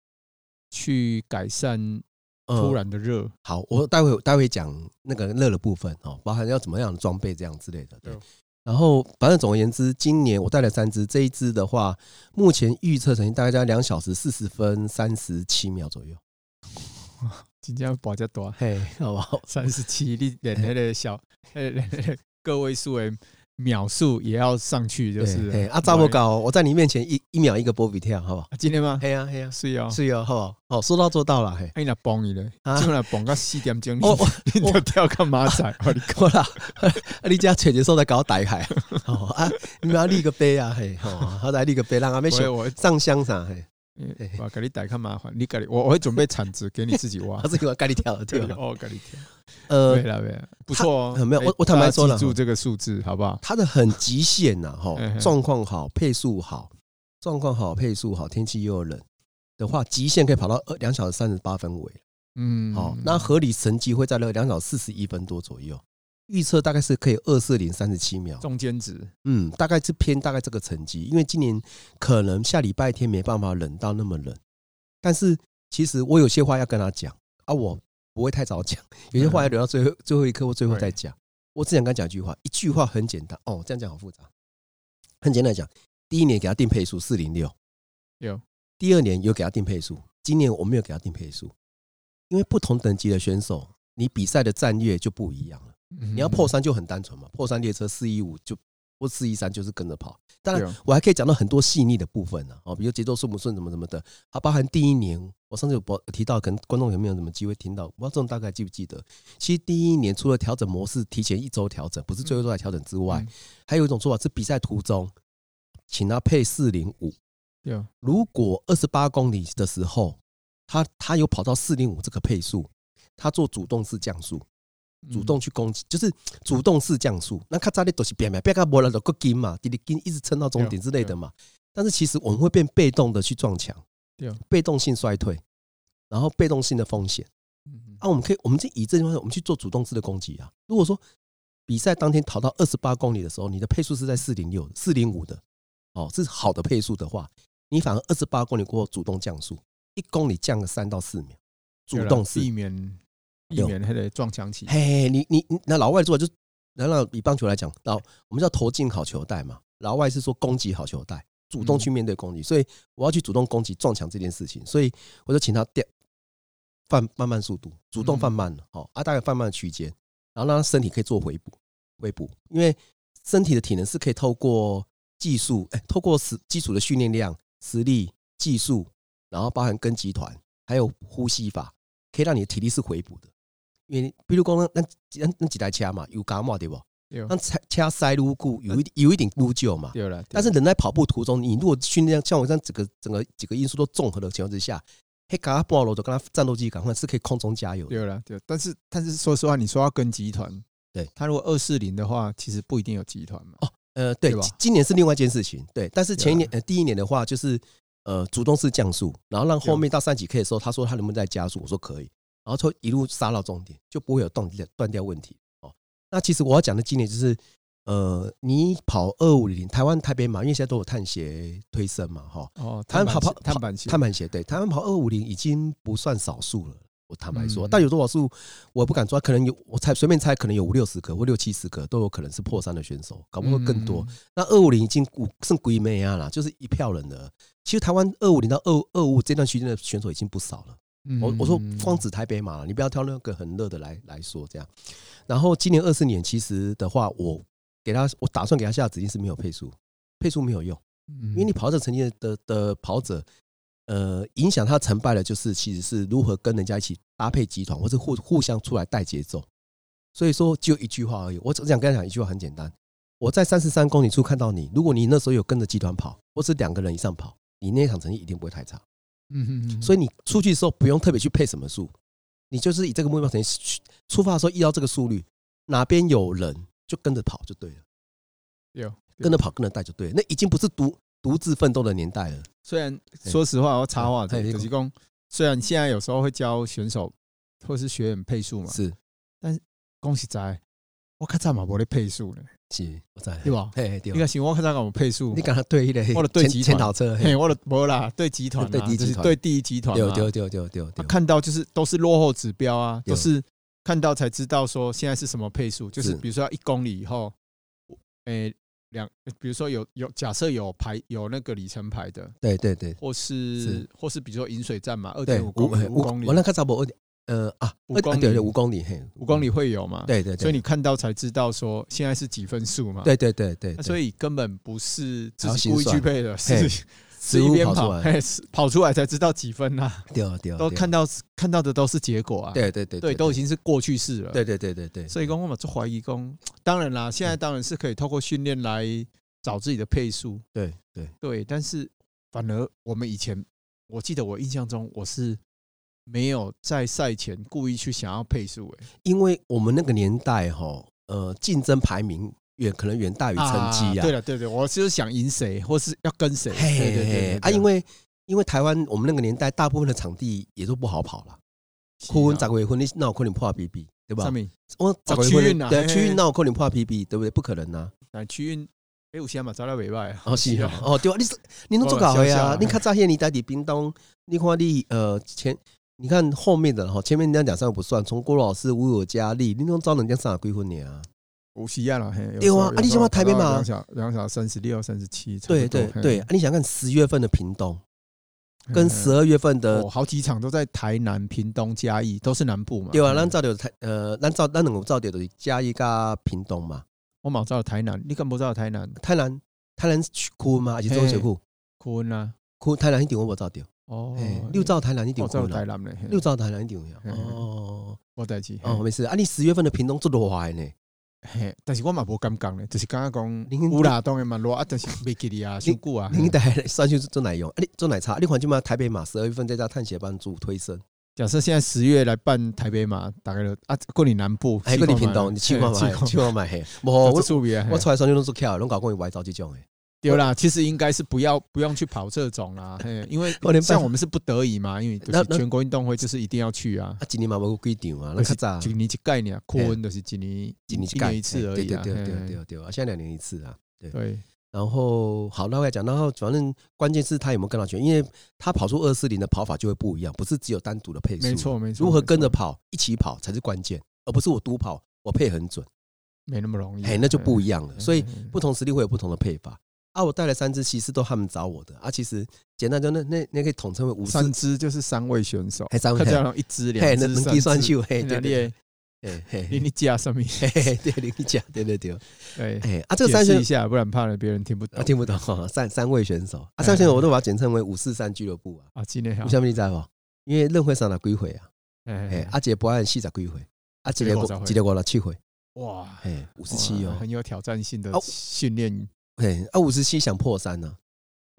去改善呃突然的热？ [LAUGHS] 好，我待会待会讲那个热的部分哦，包含要怎么样的装备这样之类的。对对，然后反正总而言之，今年我带了三只，这一只的话，目前预测成绩大概在两小时四十分三十七秒左右。今天保加多嘿，好不好？三十七，你连那个小呃连那个个位数的秒数也要上去， [LAUGHS] 就是嘿，啊了阿扎莫搞，我在你面前一一秒一个波比跳，好不好？啊今天吗？嘿呀嘿呀，是哦，是哦，好不好？好，说到做到了，嘿。哎，那帮你嘞，啊就来帮个四点钟，你我我你就跳干嘛仔？我你够啦！啊，你家吹的时候在搞歹海，哦啊，你们要立个碑啊，嘿，哦，好歹立个碑，让阿妹所以上我上香啥，嘿，我给你带看麻烦，你给你我我会准备铲子给你自己挖他，啊这个该你跳了，对吧？哦，给你跳，呃对，啊了对了，不错他哦，没有我哎我坦大白家说了记住这个数字好不好？他的很极限呐、哈 [LAUGHS] 嗯，哼状况好，配速好，状况好，配速好，天气又冷的话，极限可以跑到两小时三十八分尾。嗯，好、那合理成绩会在那两小时四十一分多左右，预测大概是可以二四零三十七秒。中间值，嗯，大概是偏大概这个成绩，因为今年可能下礼拜天没办法冷到那么冷，但是其实我有些话要跟他讲啊，我不会太早讲，有些话要留到最后最后一刻或最后再讲。我只想跟他讲一句话，一句话很简单哦，这样讲好复杂。很简单地讲，第一年给他定配速四零六，有第二年有给他定配速，今年我没有给他定配速，因为不同等级的选手，你比赛的战略就不一样了。你你要破三就很单纯嘛，破三列车四一五就或四一三就是跟着跑。当然，对哦我还可以讲到很多细腻的部分呢、啊，哦，比如节奏顺不顺，怎么怎么的，啊，包含第一年，我上次有播提到，可能观众有没有什么机会听到，我不知道这种大概记不记得。其实第一年除了调整模式提前一周调整，不是最后一周来调整之外，嗯还有一种做法是比赛途中，请他配四零五。对哦，如果二十八公里的时候，他他有跑到四零五这个配速，他做主动式降速。主嗯动去攻击，就是主动式降速。那卡扎利都是变嘛，变个波了都够紧嘛，滴滴紧一直撑到终点之类的嘛。但是其实我们会变被动的去撞墙对啊，被动性衰退，然后被动性的风险。嗯，嗯啊，我们可以，我们就以这地方我们去做主动式的攻击啊。如果说比赛当天跑到二十八公里的时候，你的配速是在四零六、四零五的，哦，是好的配速的话，你反而二十八公里过后主动降速，一公里降个三到四秒，主对啦动式避免避有免那个撞墙期，嘿，你你你那老外做的就，然后以棒球来讲，老我们叫投进好球带嘛，老外是说攻击好球带，主动去面对攻击，所以我要去主动攻击撞墙这件事情，所以我就请他掉放慢慢速度，主动放慢了，好、啊，大概放慢的区间，然后让他身体可以做回补回补，因为身体的体能是可以透过技术，哎、透过实基础的训练量、实力、技术，然后包含跟集团，还有呼吸法，可以让你的体力是回补的。因为比如讲，咱咱咱几台车嘛，有感冒对不？对那车车塞入固，有一有一点撸旧嘛。对了，但是人在跑步途中，你如果训练像我这样整个整个几个因素都综合的情况之下，嘿，赶快暴露的，跟他战斗机赶快是可以空中加油的。对哦了，对，但是但是说实话，你说要跟集团，对他如果二四零的话，其实不一定有集团嘛。呃，对，对吧今今年是另外一件事情，对。但是前一年、对呃第一年的话，就是呃主动式降速，然后让对后面到三几 K 的时候，他说他能不能再加速，我说可以，然后就一路杀到终点，就不会有断掉断掉问题。哦，那其实我要讲的今年就是，呃，你跑二五零台湾台北马，因为现在都有碳鞋推升嘛，哈、哦，台湾碳跑板跑鞋碳板鞋，碳板鞋，对，台湾跑二五零已经不算少数了。我坦白说，嗯但有多少数我不敢抓，可能有我猜随便猜，可能有五六十个或六七十个都有可能是破三的选手，搞不好更多。嗯。那二五零已经股剩鬼妹啊啦，就是一票人了。其实台湾二五零到二二五这段区间的选手已经不少了。嗯我我说光指台北马，你不要挑那个很热的来来说这样。然后今年二四年其实的话，我给他我打算给他下的指令是没有配速，配速没有用，因因为你跑者成绩的的的跑者，呃，影响他成败的就是其实是如何跟人家一起搭配集团，或是互互相出来带节奏。所以说，就一句话而已。我只想跟他讲一句话，很简单。我在三十三公里处看到你，如果你那时候有跟着集团跑，或是两个人以上跑，你那场成绩一定不会太差。嗯所以以你出去的时候不用特别去配什么数，你就是以这个目标成绩去出发的时候，依照这个速率，哪边有人就跟着跑就对了，有跟着跑跟着带就对了。那已经不是独独自奋斗的年代了。虽然说实话，我插话，嘿嘿可是讲，虽然现在有时候会教选手或是学员配速嘛，是恭喜在，我较早嘛无咧配速呢，是，我在对吧？嘿，对你，看想我较早敢有配速你，跟他对迄个我的对前集团前导车，嘿，嘿，我的无啦，对集团啊，对第一集就团是对第一集团嘛，对对对对对他对，看到就是都是落后指标啊，对都是看到才知道说现在是什么配速，就是是比如说要一公里以后，诶、两，比如说有有假设有排有那个里程牌的，对对对或是是或是比如说饮水站嘛，二对，点五公嘿五公里我，那看差不多二点，呃啊，五二公里对对五公里，嘿，五公里，会有嘛？，对对对，所以你看到才知道说现在是几分数嘛？对对对对，那所以以根本不是还自要己心故意去算配的，是嘿是食一物边跑出跑，来，嘿，是跑出来才知道几分呐、对对对，都看到看到的都是结果啊，对，对对对，都已，经是过去式了，对对对对对，所以讲我们做怀疑讲，当然啦，现在当然是可以透过训练来找自己的配速，对对对。但是反而我们以前，我记得我印象中我是没有在赛前故意去想要配速、欸，因为我们那个年代哈，呃，竞争排名远可能远大于成绩啊，对了对对，我就是想赢谁或是要跟谁，嘿对对对对啊，因为因为台湾我们那个年代大部分的场地也都不好跑了，婚长十月婚你那有可能破 PB 对吧上？面我十哦月区份运啊对嘿啊嘿区运那有可能破 PB 对不对？不可能啊！来区运，哎，有些嘛，早来尾拜，哦是哦，哦对啊，你是你弄做搞我的有想啊象！你看乍些你代底冰冻，你看你呃前，你看后面的哈，前面那两三个不算，从郭老师、吴有佳丽，你弄招人家三十几分年啊？ [LAUGHS] 有时啊啦，嘿，有对时啊候啊你现在台北嘛两小两小三十六、三十七，对对对，啊，你想看十月份的屏东嘿，跟嘿十二月份的哦，好几场都在台南、屏东、嘉义，都是南部嘛。对啊，咱照着台呃，咱照咱两个照着就是嘉义甲屏东嘛，我冇知道台南，你敢无知道台南？台南台南区区嘛，还是中学区科恩啊，区台南一定我无照着，哦嘿，六照台南一定我知道有台啦，南嘞，嘿六照台南一定有啦嘿嘿哦我代志。哦，哦，没事啊，你十月份的屏东做热的 [LAUGHS] 呢，嘿，但是我嘛无敢讲咧，就是刚刚你讲有啦，当然嘛热啊，但是袂记哩啊，你伤久啊。你嘿台算去做奶用，啊你做奶茶，啊你环境嘛台北嘛，十二月份在家探险班助推升，假设现在十月来办台北马，大概就啊，过你南部，还有你屏东，你 [LAUGHS] 去看买，去看买嘿，无我我出名。我我出来算去拢做巧的，拢啊搞讲伊歪走这种诶，丢啦，其实应该是不要不用去跑这种啦，嘿，因为我连办像我们是不得已嘛，因为就那是那全国运动会就是一定要去啊。啊今年嘛无几场啊，就那是较早一年一概念，酷温就是一年一年一届年一次嘿而对已对啊。对对嘿对对对，啊现在两年一次啊。对，然后好，那我来讲，然后反正关键是他有没有跟到全，因为他跑出二四零的跑法就会不一样，不是只有单独的配速，没，错没错。如何跟着没错，跑，一起跑才是关键，而不是我独跑，我配很准，没那么容易啊。嘿，那就不一一样了。所以不同实力会有不同的配法。啊，我带了三支，其实都他们找我的啊，其实简单就那那那可以统称为五支三，支就是三位选手，还三看这嘿样一支两嘿，支那能三计算支秀，嘿，那对你对，的嘿嘿你嘿你加什么？嘿嘿，对，你讲，对对对，对，哎，啊，这个解三释一选下，不然怕了别人听不啊懂。听不懂哦，三三位选手哎啊，三位选手我都把它简称为五四三俱乐部啊，啊，今天好有，啥物你知无？因为任会上哪几回啊？哎哎，啊，一个博案四十几回，啊，一一个个五十五回一个五十七回，哇，哎，五十七哇哦，很有挑战性的哦训练，哎，啊，五十七想破三呢，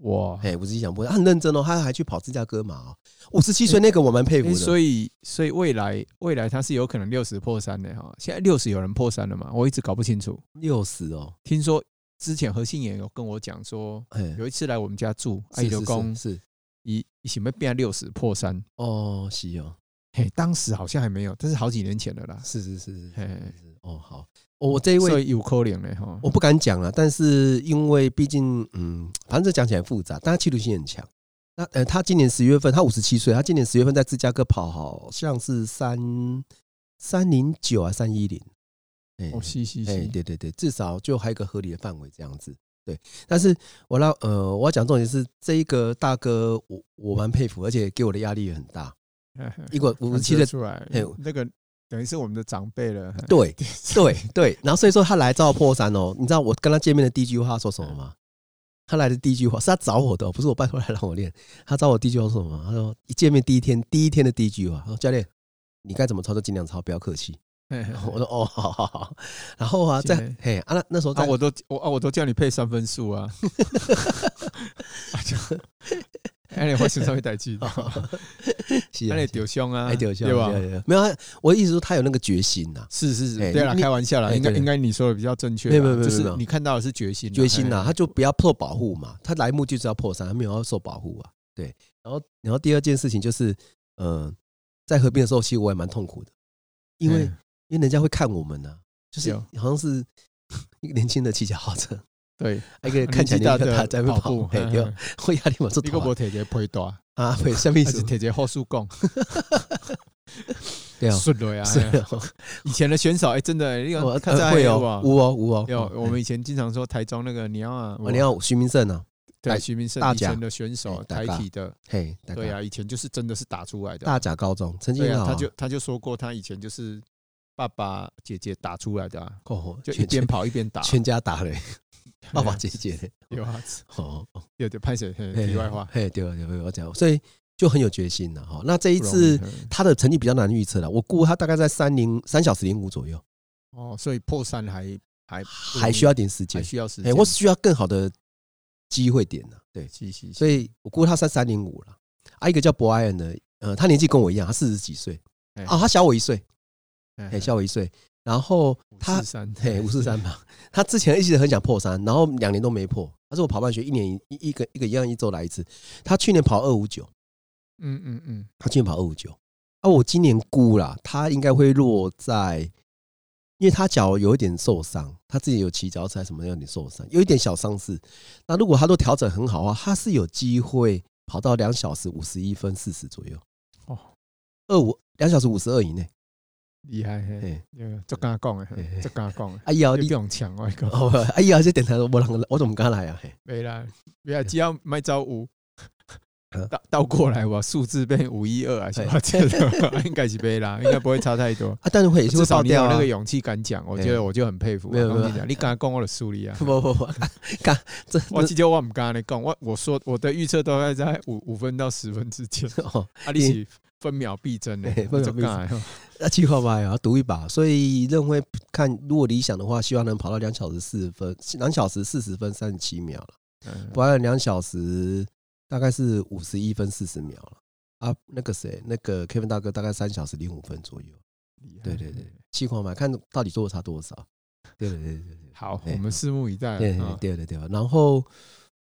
哇，哎，五十七想破，他很认真哦，他还去跑芝加哥马哦，五十七岁那个我蛮佩服哎诶的，所以所以未来未来它是有可能六十破三的哈。现在六十有人破三了嘛？我一直搞不清楚。六十哦，听说之前何信也有跟我讲说，哎，有一次来我们家住，阿是姨就讲是是是一一起没变六十破三，哦，是哦，嘿，当时好像还没有，但是好几年前了啦。是是是是嘿是是哦，好，哦我这一位哦所以有可能的哈。我不敢讲啊了，但是因为毕竟，嗯，反正这讲起来很复杂，但他企图心很强。那呃，他今年十月份，他五十七岁，他今年十月份在芝加哥跑，好像是三三零九啊，三一零。哎哦，是是哎、是，对对对，至少就还有一个合理的范围这样子。对，但是我让呃，我要讲重点是这一个大哥，我我蛮佩服，而且给我的压力也很大。一因为五十七岁，出来嘿，那个等于是我们的长辈了。嘿 [LAUGHS] 对对对，然后所以说他来照破三哦，你知道我跟他见面的第一句话说什么吗？他来的第一句话是他找我的哦，不是我拜托来让我练。他找我第一句话说什么吗？他说一见面第一天，第一天的第一句话，他说教练，你该怎么操就尽量操，不要客气。嘿 [LAUGHS] 嘿我说哦，好好好。然后啊，在是的嘿啊那那时候在、啊， [LAUGHS] 我 [LAUGHS] 都我啊，我都叫你配三分数啊，啊就，哎，你发生什么代志？啊，哦是啊你是啊丢胸啊，哎丢笑对对吧？对对没有，他啊我的意思说他有那个决心呐、是是是，哎对啦，你开玩笑啦，哎应该对应该你说的比较正确啦，没有没有没有就是没有你看到的是决心啦，决心呐、啊哎他就不要破保护嘛，他来目就是要破三，他没有要受保护啊。对，然后然后第二件事情就是，嗯、在合并的时候，其实我也蛮痛苦的，因为、哎因为人家会看我们呐、啊就是有好像是一个年轻的骑脚踏 [LAUGHS] 车，对，啊还一个人看起来年纪大年纪的大在那边跑跑步，嘿哎对哎，我压力蛮重你个大无提个配大，啊， [LAUGHS] 对，下面还是是提个后树杠，对啊，顺了呀。是哎呀哦，以前的选手，哎，真的， [LAUGHS] 哎你哎我有看呃会哦，有无哦无哦，有，嗯我们以前经常说台中那个你要啊，哦你要徐明胜啊，对大徐明胜大以前甲的选手，哎台大甲体的，嘿，大对家啊，以前就是真的是打出来的啊，大甲高中曾经哦对啊，好他就他就说过，他以前就是爸爸姐姐打出来的、啊，哦就一全边跑一边打。全家打嘞，爸爸哎姐姐嘞， [LAUGHS] 有啊，哦，哦有点拍水。嘿嘿题外话，嘿，对了对了，我讲，所以就很有决心了哈。那这一不容易次嘿他的成绩比较难预测了，我估他大概在三零三小时零五左右，哦，所以破三还还不容还易需要点时还间，需要时哎，间。我需要更好的机会点呢。对，是是是，所以我估他在三零五了。啊，一个叫博爱恩的，呃，他年纪跟我一样，他四十几岁哎啊，他小我一岁，哎哎，小我一岁。然后他三嘿，五四三吧，他之前一直很想破三，然后两年都没破。他说我跑半学一年一一一个一个一样一周来一次。他去年跑二五九，嗯嗯嗯，他去年跑二五九。啊，我今年估啦，他应该会落在，因为他脚有一点受伤，他自己有骑脚踩什么有点受伤，有一点小伤势。那如果他都调整很好啊，他是有机会跑到两小时五十一分四十左右，哦，二五两小时五十二以内。厉害嘿，哎，这刚刚讲嘿的，嘿这刚刚讲 [LAUGHS] 的，哎呀，你你不用抢我讲， [LAUGHS] 哦，哎呀，这电台我啷个我怎么敢来啊？嘿，没啦，没啦，只要卖招五呃。倒倒过来吧，数字变五一二啊，是吧？这个应该是没 [LAUGHS] 啦，应该不会差太多。啊，但是会也是至会少爆你有掉啊那个。勇气敢讲，我觉对得我就很佩服啊。没有没有！我跟你讲你敢讲我的数理啊 [LAUGHS] 不不不，干这我记得我唔敢你讲，我我说我的预测都概在五五分到十分之 [LAUGHS] 间，哦，啊，你是分秒必争的，嘿分秒必争你做啥的。那计划吧，也要赌一把。所以认为看，如果理想的话，希望能跑到两小时四十分，两小时四十分三十七秒了，嗯不然两小时大概是五十一分四十秒了。啊，那个谁，那个 Kevin 大哥大概三小时零五分左右。对对对，计划嘛，看到底落差多少。对对对对好，哎我们拭目以待对啊。对对对。然后，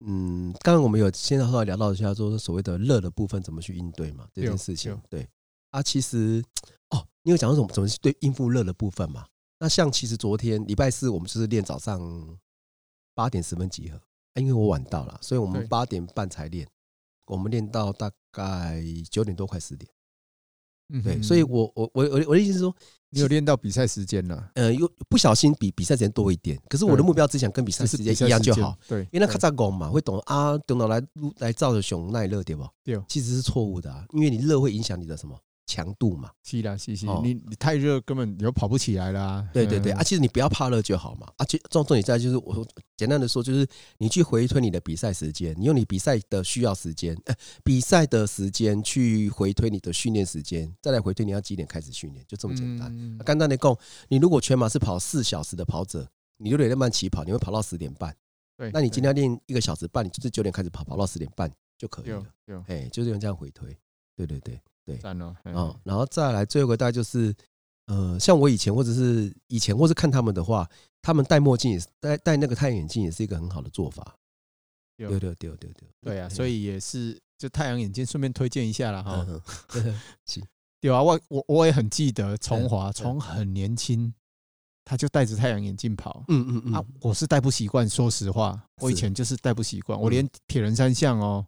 嗯，刚刚我们有先稍微聊到一下，说所谓的热的部分怎么去应对嘛，这件事情对。对啊，其实哦，你有讲到怎么怎么去对应付热的部分嘛？那像其实昨天礼拜四我们就是练早上八点十分集合，啊因为我晚到了，所以我对们八点半才练，我们练到大概九点多快十点。嗯对，哼所以我我我我的我的意思是说，你有练到比赛时间了，呃，又不小心比比赛时间多一点，可是我的对目标只想跟比就赛是时比间赛一样就时间好。。对，因为那卡扎拱嘛，会懂啊，懂得来来照着熊耐热对不？对其实是错误的、啊，因为你热会影响你的什么强度嘛。是啦，是是，哦你你太热根本你就跑不起来啦。对对对，嗯啊，，其实你不要怕热就好嘛。啊，就重重点在就是我说简单的说，就是你去回推你的比赛时间，你用你比赛的需要时间，呃，比赛的时间去回推你的训练时间，再来回推你要几点开始训练，就这么简单。嗯啊简单的讲，你如果全马是跑四小时的跑者，你六点半起跑，你会跑到十点半。对，那你今天要练一个小时半，你就是九点开始跑，跑到十点半就可以有了。有哎、就是用这样回推。对对对。赞了，嗯啊、然后再来最后一个大概就是，呃，像我以前或者是以前或是看他们的话，他们戴墨镜也是戴戴那个太阳眼镜也是一个很好的做法。对哦对对对对对，对啊，嗯所以哦也是就太阳眼镜顺便推荐一下啦哈。嗯对啊，我我我也很记得崇华嗯从很年轻，他就戴着太阳眼镜跑。嗯嗯啊嗯，，我是戴不习惯，说实话，我以是前就是戴不习惯，我嗯连铁人三项哦，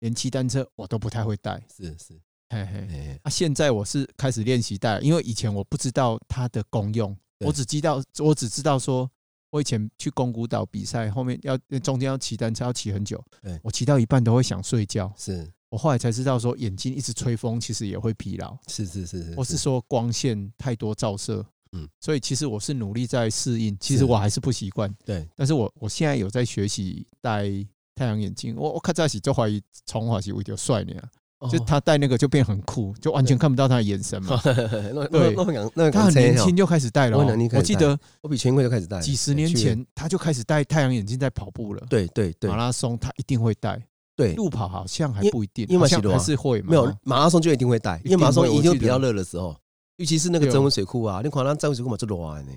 连骑单车我都不太会戴。是是，嘿嘿，哎，啊，现在我是开始练习戴，因为以前我不知道它的功用，对我只知道我只知道说，我以前去宫古岛比赛，后面要中间要骑单车要骑很久对，我骑到一半都会想睡觉。是我后来才知道说，眼睛一直吹风其实也会疲劳，是是是是，我是说光线太多照射，嗯嗯，所以其实我是努力在适应，其实是我还是不习惯，对但是我我现在有在学习戴太阳眼镜，我我看在起就怀疑从华是为了帅呢，啊就哦他戴那个就变很酷，就完全看不到他的眼神嘛。 [LAUGHS] 那那对那那那他很年轻，就开始戴了、哦我很哦，我年轻开始记戴得我比全运会就开始戴了，几十年去年，前哦他就开始戴太阳眼镜在跑步了。对对对马拉松他一定会戴，对，路跑好像还因不一定，因为好像是的啊还是会嘛。没有马拉松就一定会戴，因为马拉一松定会一定我会记比较得热的时候，尤其是那个对增温水库啊，你看那增温水库嘛就热呢，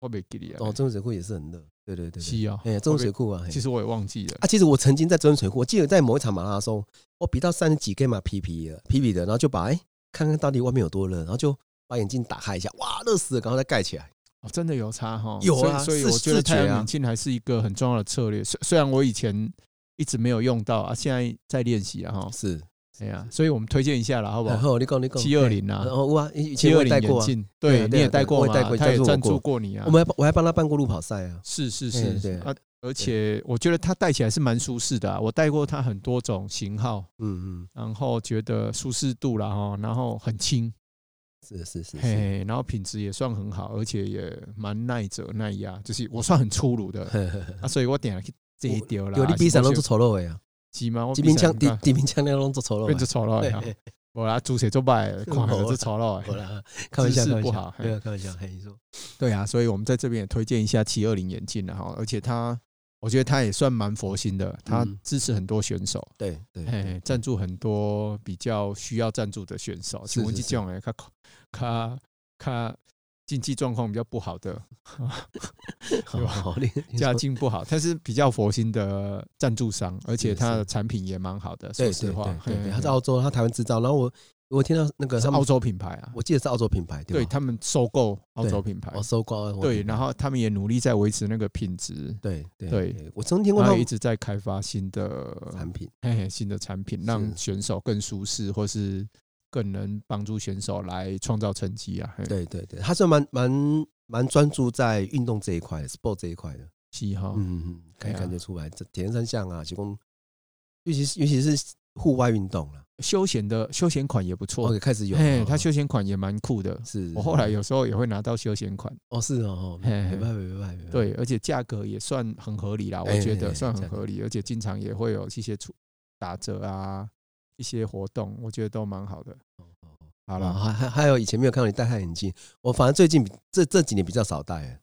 我没给你啊。哦，增温水库也是很热，对对对对，是啊，哎、中水库啊，嘿其实我也忘记了。啊，其实我曾经在中水库，我记得在某一场马拉松，我比到三十几 K 嘛，皮皮的，皮皮的，然后就把哎、看看到底外面有多热，然后就把眼镜打开一下，哇，热死了，赶快再盖起来。哦，真的有差哈，有啊所以所以是我觉得视觉太啊阳眼镜还是一个很重要的策略。虽虽然我以前一直没有用到啊，现在在练习啊哈。是，哎呀，所以我们推荐一下了，好不然好？后你讲你讲七二，零嘿啊然，后哇，以前七我二也零戴眼过啊，镜，对对，啊你也对啊戴过我也戴嘛过他也赞助我赞助过过你啊。我们还我还帮他办过路跑赛啊，是是嘿是，对啊，而且我觉得它戴起来是蛮舒适的、啊，我戴过它很多种型号，嗯嗯，然后觉得舒适度啦哈，然后很轻，是是是嘿是，嘿，然后品质也算很好，而且也蛮耐折耐压，就是我算很粗鲁的 [LAUGHS] 啊，所以我点了去这一丢啦。有你比赛拢做是丑陋的啊，是吗？我这边比赛枪很地大地边枪那拢做丑陋变的成丑陋了，啊，我啦，主写做败，看了没就啦丑陋好的。啦，开玩笑，姿开势玩不笑好，没有开玩笑，嘿，你说，对啊，所以我们在这边也推荐一下七二零眼镜了哈，而且它，我觉得它也算蛮佛心的，它嗯支持很多选手。对对哎，对， [LAUGHS] 赞助很多比较需要赞助的选手，是请问这是是种哎，他他他经济状况比较不好 [LAUGHS] 的，好吧好，哦 [LAUGHS] 你你家说境不好，但是比较佛心的赞助商，而且他的产品也蛮好的。说对实对话对，对嘿对，他在澳洲，他台湾制造。然后我我听到那个是他们澳，洲品牌啊，我记得是澳洲品牌，对吧？他们收购澳洲品牌我，搜刮对，然后后他们也努力在维持那个品质，对对对对，我曾经听过然他后们一嗯直在开发新的产品，嘿嘿，新的产品，让选手更舒适，或是更能帮助选手来创造成绩啊。嘿，对对对，他是蛮蛮蛮专注在运动这一块的，sport 这一块的，是哈，嗯嗯，嗯可以对啊感觉出来，这铁人三项啊，提供，尤其是尤其是户外运动了，休闲的休闲款也不错哦，。开始有嘿了，它哦休闲款也蛮酷的。是我后来有时候也会拿到休闲款，哦是哦，哦嘿嘿没办法没办法，没办法，对，而且价格也算很合理啦，我哎觉得哎算哎很价格合理，而且经常也会有一些出打折啊，一些活动，我觉得都蛮好的。哦哦哦好啊了，还还还有以前没有看到你戴太阳眼镜，我反正最近这这几年比较少戴啊了。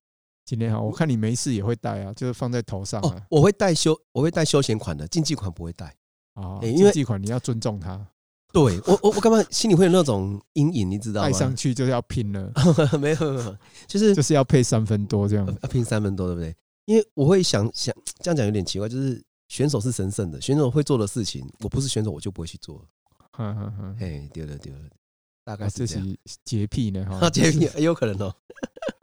今天好，我看你没事也会戴啊，就是放在头上哦啊，。我会带休，我会带休闲款的，竞技款不会带。啊，哎因为这款你要尊重它，对我，我我干嘛心里会有那种阴影，你知道吗？戴上去就是要拼了。 [LAUGHS] 没有没有，就是呃就是要配三分多这样。要拼三分多，对不对？因为我会想想这样讲有点奇怪，就是选手是神圣的，选手会做的事情，我不是选手我就不会去做。哼哼哼，嘿，丢了丢了，大嗯概啊这是是这样。洁癖呢哈 [LAUGHS] 啊，。杰米有可能哦。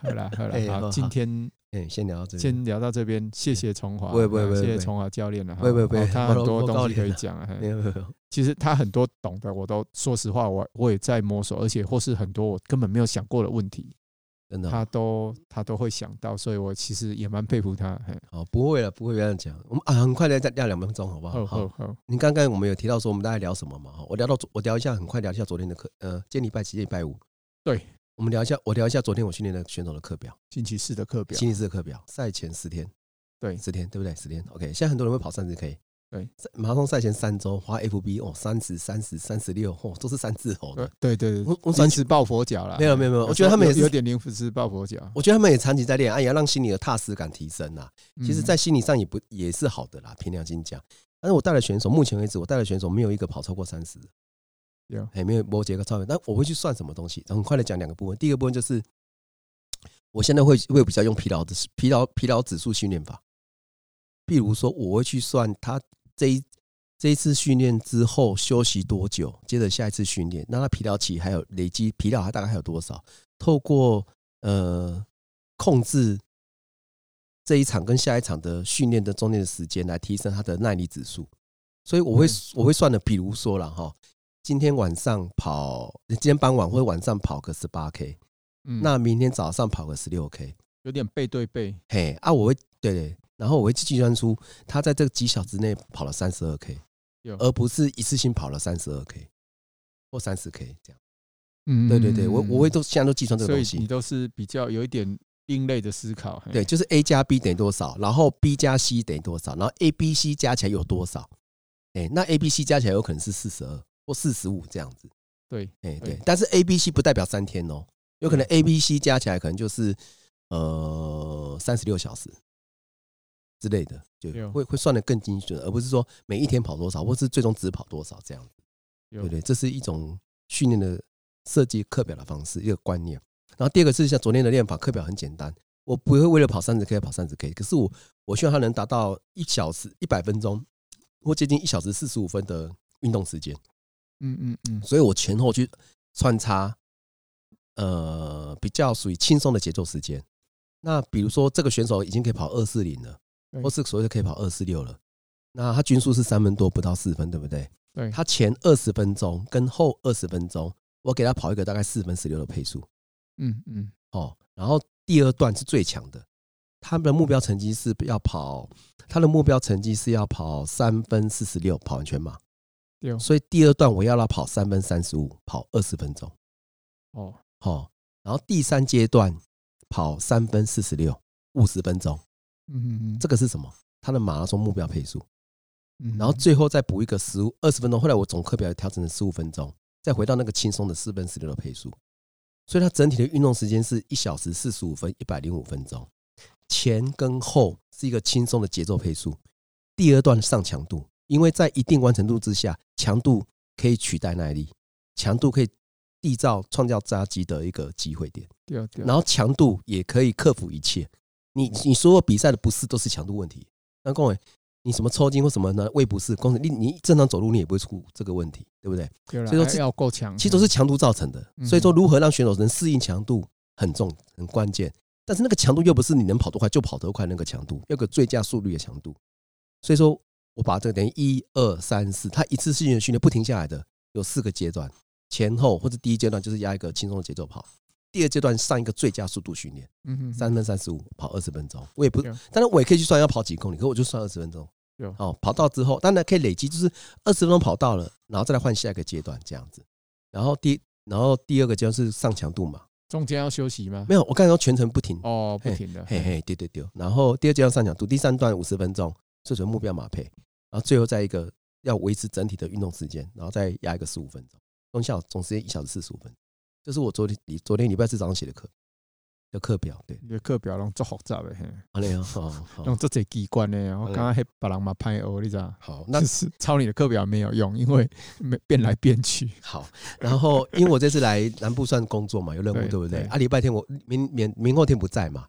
好啦好 [LAUGHS] 哎啦，好好，好今天哎，先聊到这边。先聊到这边，谢谢崇华，啊不会不会不会谢谢不会崇华教练了哈，不会不会不会哦他我很都多我东告西可以你了讲 [LAUGHS] 啊。没嘿有没有没有，其实他很多懂的我都说实话，我我也在摸索，而且或是很多我根本没有想过的问题，真的哦他都他都会想到，所以我其实也蛮佩服他。嘿哦，不会了，不会这样讲。我们啊，很快的再聊两分钟，好不好好？好好，好，您刚刚我们有提到说我们大概聊什么嘛？哈，我聊到昨我聊一下，很快聊一下昨天的课，呃，今天礼拜几？今天礼拜五。对，我们聊一下，我聊一下昨天我训练的选手的课表，星期四的课表星期四的课表，赛前十天，对十天，对不对？十天，OK。现在很多人会跑三十 K，对，马拉松赛前三周，滑 FB 哦，三十、三十、三十六，哦，都是三字头对的。对对对，我我临转时抱佛脚了。没有没有没有，我觉得他们也有有是，点零时抱佛脚。我觉得他们也长期在练，哎，也要让心里的踏实感提升啊啦。其实，嗯在心理上也不也是好的啦，凭良心讲。但是我带的选手，目前为止我带的选手没有一个跑超过三十，有哎，没有摩羯个超越。但我会去算什么东西？很快的讲两个部分。第一个部分就是，我现在会会比较用疲劳的疲劳疲劳指数训练法，譬如说我会去算他这一这一次训练之后休息多久，接着下一次训练，那他疲劳期还有累积疲劳还大概还有多少？透过呃控制这一场跟下一场的训练的中间的时间来提升他的耐力指数。所以我会、我会算的，比如说了哈，今天晚上跑，今天傍晚或晚上跑个十八 K，、嗯那明天早上跑个十六 K，有点背对背，嘿啊，我会对对，然后我会计算出他在这几小时内跑了三十二 K，有而不是一次性跑了三十二 K 或三十 K 这样。嗯对对对，我我会都都现在都计算这个所以东西你。都是比较有一点另类的思考。嘿对，，就是 A 加 B 等于多少，然后 B 加 C 等于多少，然后 A、B、C 加起来有多少？哎、那 A、B、C 加起来有可能是四十二或四十五这样子。对，哎、对对，但是 A、B、C 不代表三天哦，有可能 A、B、C 加起来可能就是呃三十六小时之类的，就有会会算得更精准，而不是说每一天跑多少，或是最终只跑多少这样子。有对哦对，这是一种训练的设计课表的方式，一个观念。然后第二个是像昨天的练法，课表很简单，我不会为了跑三十 K 跑三十 K，可是我我希望它能达到一小时一百分钟，或接近一小时四十五分的运动时间，嗯嗯嗯，所以我前后去穿插，呃，比较属于轻松的节奏时间。那比如说这个选手已经可以跑二四零了，对或是所谓的可以跑二四六了，那他均速是三分多，不到四分，对不对？对，他前二十分钟跟后二十分钟，我给他跑一个大概四分十六的配速嗯嗯哦。然后第二段是最强的，他们的目标成绩是要跑，他的目标成绩是要跑三分四十六跑完全马，对所以第二段我要他跑三分三十五，跑二十分钟哦，哦。然后第三阶段跑三分四十六五十分钟，嗯嗯嗯，这个是什么？他的马拉松目标配速。嗯然后最后再补一个十五二十分钟。后来我总课表调整成十五分钟，再回到那个轻松的四分十六的配速，所以它整体的运动时间是一小时四十五分一百零五分钟，前跟后是一个轻松的节奏配速。第二段上强度，因为在一定完成度之下，强度可以取代耐力，强度可以缔造创造扎基的一个机会点。对啊对，哦然后强度也可以克服一切。你你所有比赛的不适都是强度问题。那各位，你什么抽筋或什么呢？胃不适，光是你你正常走路你也不会出这个问题，对不对？对啦所以说还这要够强，其实都是强度造成的。嗯所以说，如何让选手能适应强度很重很关键。但是那个强度又不是你能跑多快就跑多快那个强度，要有个最佳速率的强度。所以说我把这个等于一二三四，它一次性的训练不停下来的有四个阶段，前后或者第一阶段就是压一个轻松的节奏跑，第二阶段上一个最佳速度训练。嗯嗯嗯三分三十五跑二十分钟，我也不， Yeah. 当然我也可以去算要跑几公里，可我就算二十分钟 Yeah.。哦，跑到之后，当然可以累积，就是二十分钟跑到了，然后再来换下一个阶段这样子。然后第，然后第二个阶段是上强度嘛，中间要休息吗？没有，我刚才说全程不停，哦，不停的，嘿嘿，对对对。然后第二阶段上强度，第三段五十分钟，这属于目标马配。然后最后再一个要维持整体的运动时间，然后再压一个十五分钟，总效总时间一小时四十五分钟。这是我昨天昨天礼拜四早上写的课的课表，对，你的课表拢做复杂的，嘿好嘞，好好。用这些机关的，我哦嗯刚刚还把人嘛拍哦，你知道？好， [LAUGHS] 那就是抄你的课表没有用，因为没变来变去。好，然后因为我这次来南部算工作嘛，有任务，对对不对？对啊，礼拜天我明明明后天不在嘛，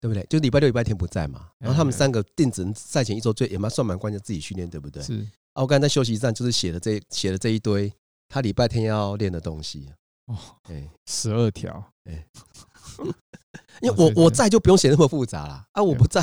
对不对？就礼拜六、礼拜天不在嘛。然后他们嗯三个定只能赛前一周最也蛮算蛮关键，自己训练，对 [LAUGHS] 不对？是，啊，我刚才在休息站就是写了这写了这一堆，他礼拜天要练的东西。啊哦，哎，十二条，因为哦对我我对在就不用写那么复杂啦，啊，我对不在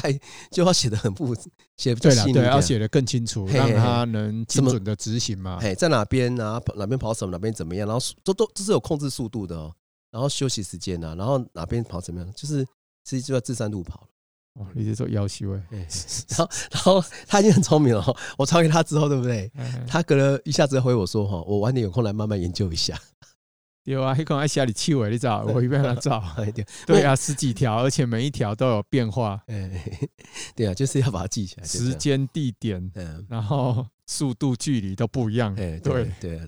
就要写的很复，写得比较对了细腻，对，啊这样要写的更清楚，嘿嘿让嘿他能什精么准的执行嘛。啊哎，在哪边啊？跑哪边跑什么？哪边怎么样？然后速都都这是有控制速度的哦。然后休息时间啊，然后哪边跑怎么样，就是其实就要自山路跑了。哦，你是说要求哎，哎 [LAUGHS] 然后然后他已经很聪明了哦，我传给他之后，对不对？哎他隔了一下子回我说：“哈，我晚点有空来慢慢研究 [LAUGHS] 一下。。对啊，迄个爱写你手诶，你知道？我一边来照 [LAUGHS] 哎”对对啊，十几条，而且每一条都有变化，哎，对啊，就是要把它记起来。就这时样，间、地点，嗯，然后 [LAUGHS] 速度、距离都不一样。哎，对对，对啊，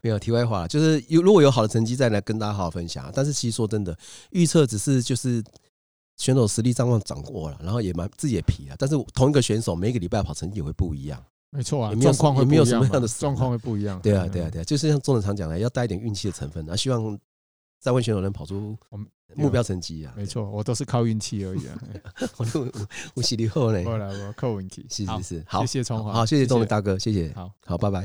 没有题外话啦，就是有如果有好的成绩再来跟大家好好分享。但是其实说真的，预测只是就是选手实力状况掌握了，然后也蛮自己也皮了。但是同一个选手每一个礼拜跑成绩也会不一样。没错啊，也没有状况会不一也没有什样么嘛，样的啊状况会不一样。 [LAUGHS] 对啊，对啊，嗯，对啊，就是像钟正常讲的，要带一点运气的成分，然后希望三位选手能跑出我们目标成绩啊。没错，我都是靠运气而已 [LAUGHS] 啊。我都，我我洗礼后呢哎，过来，我靠运气。是好是是，好，谢谢崇华，好，谢谢钟伟大哥，谢谢，好。好，拜拜。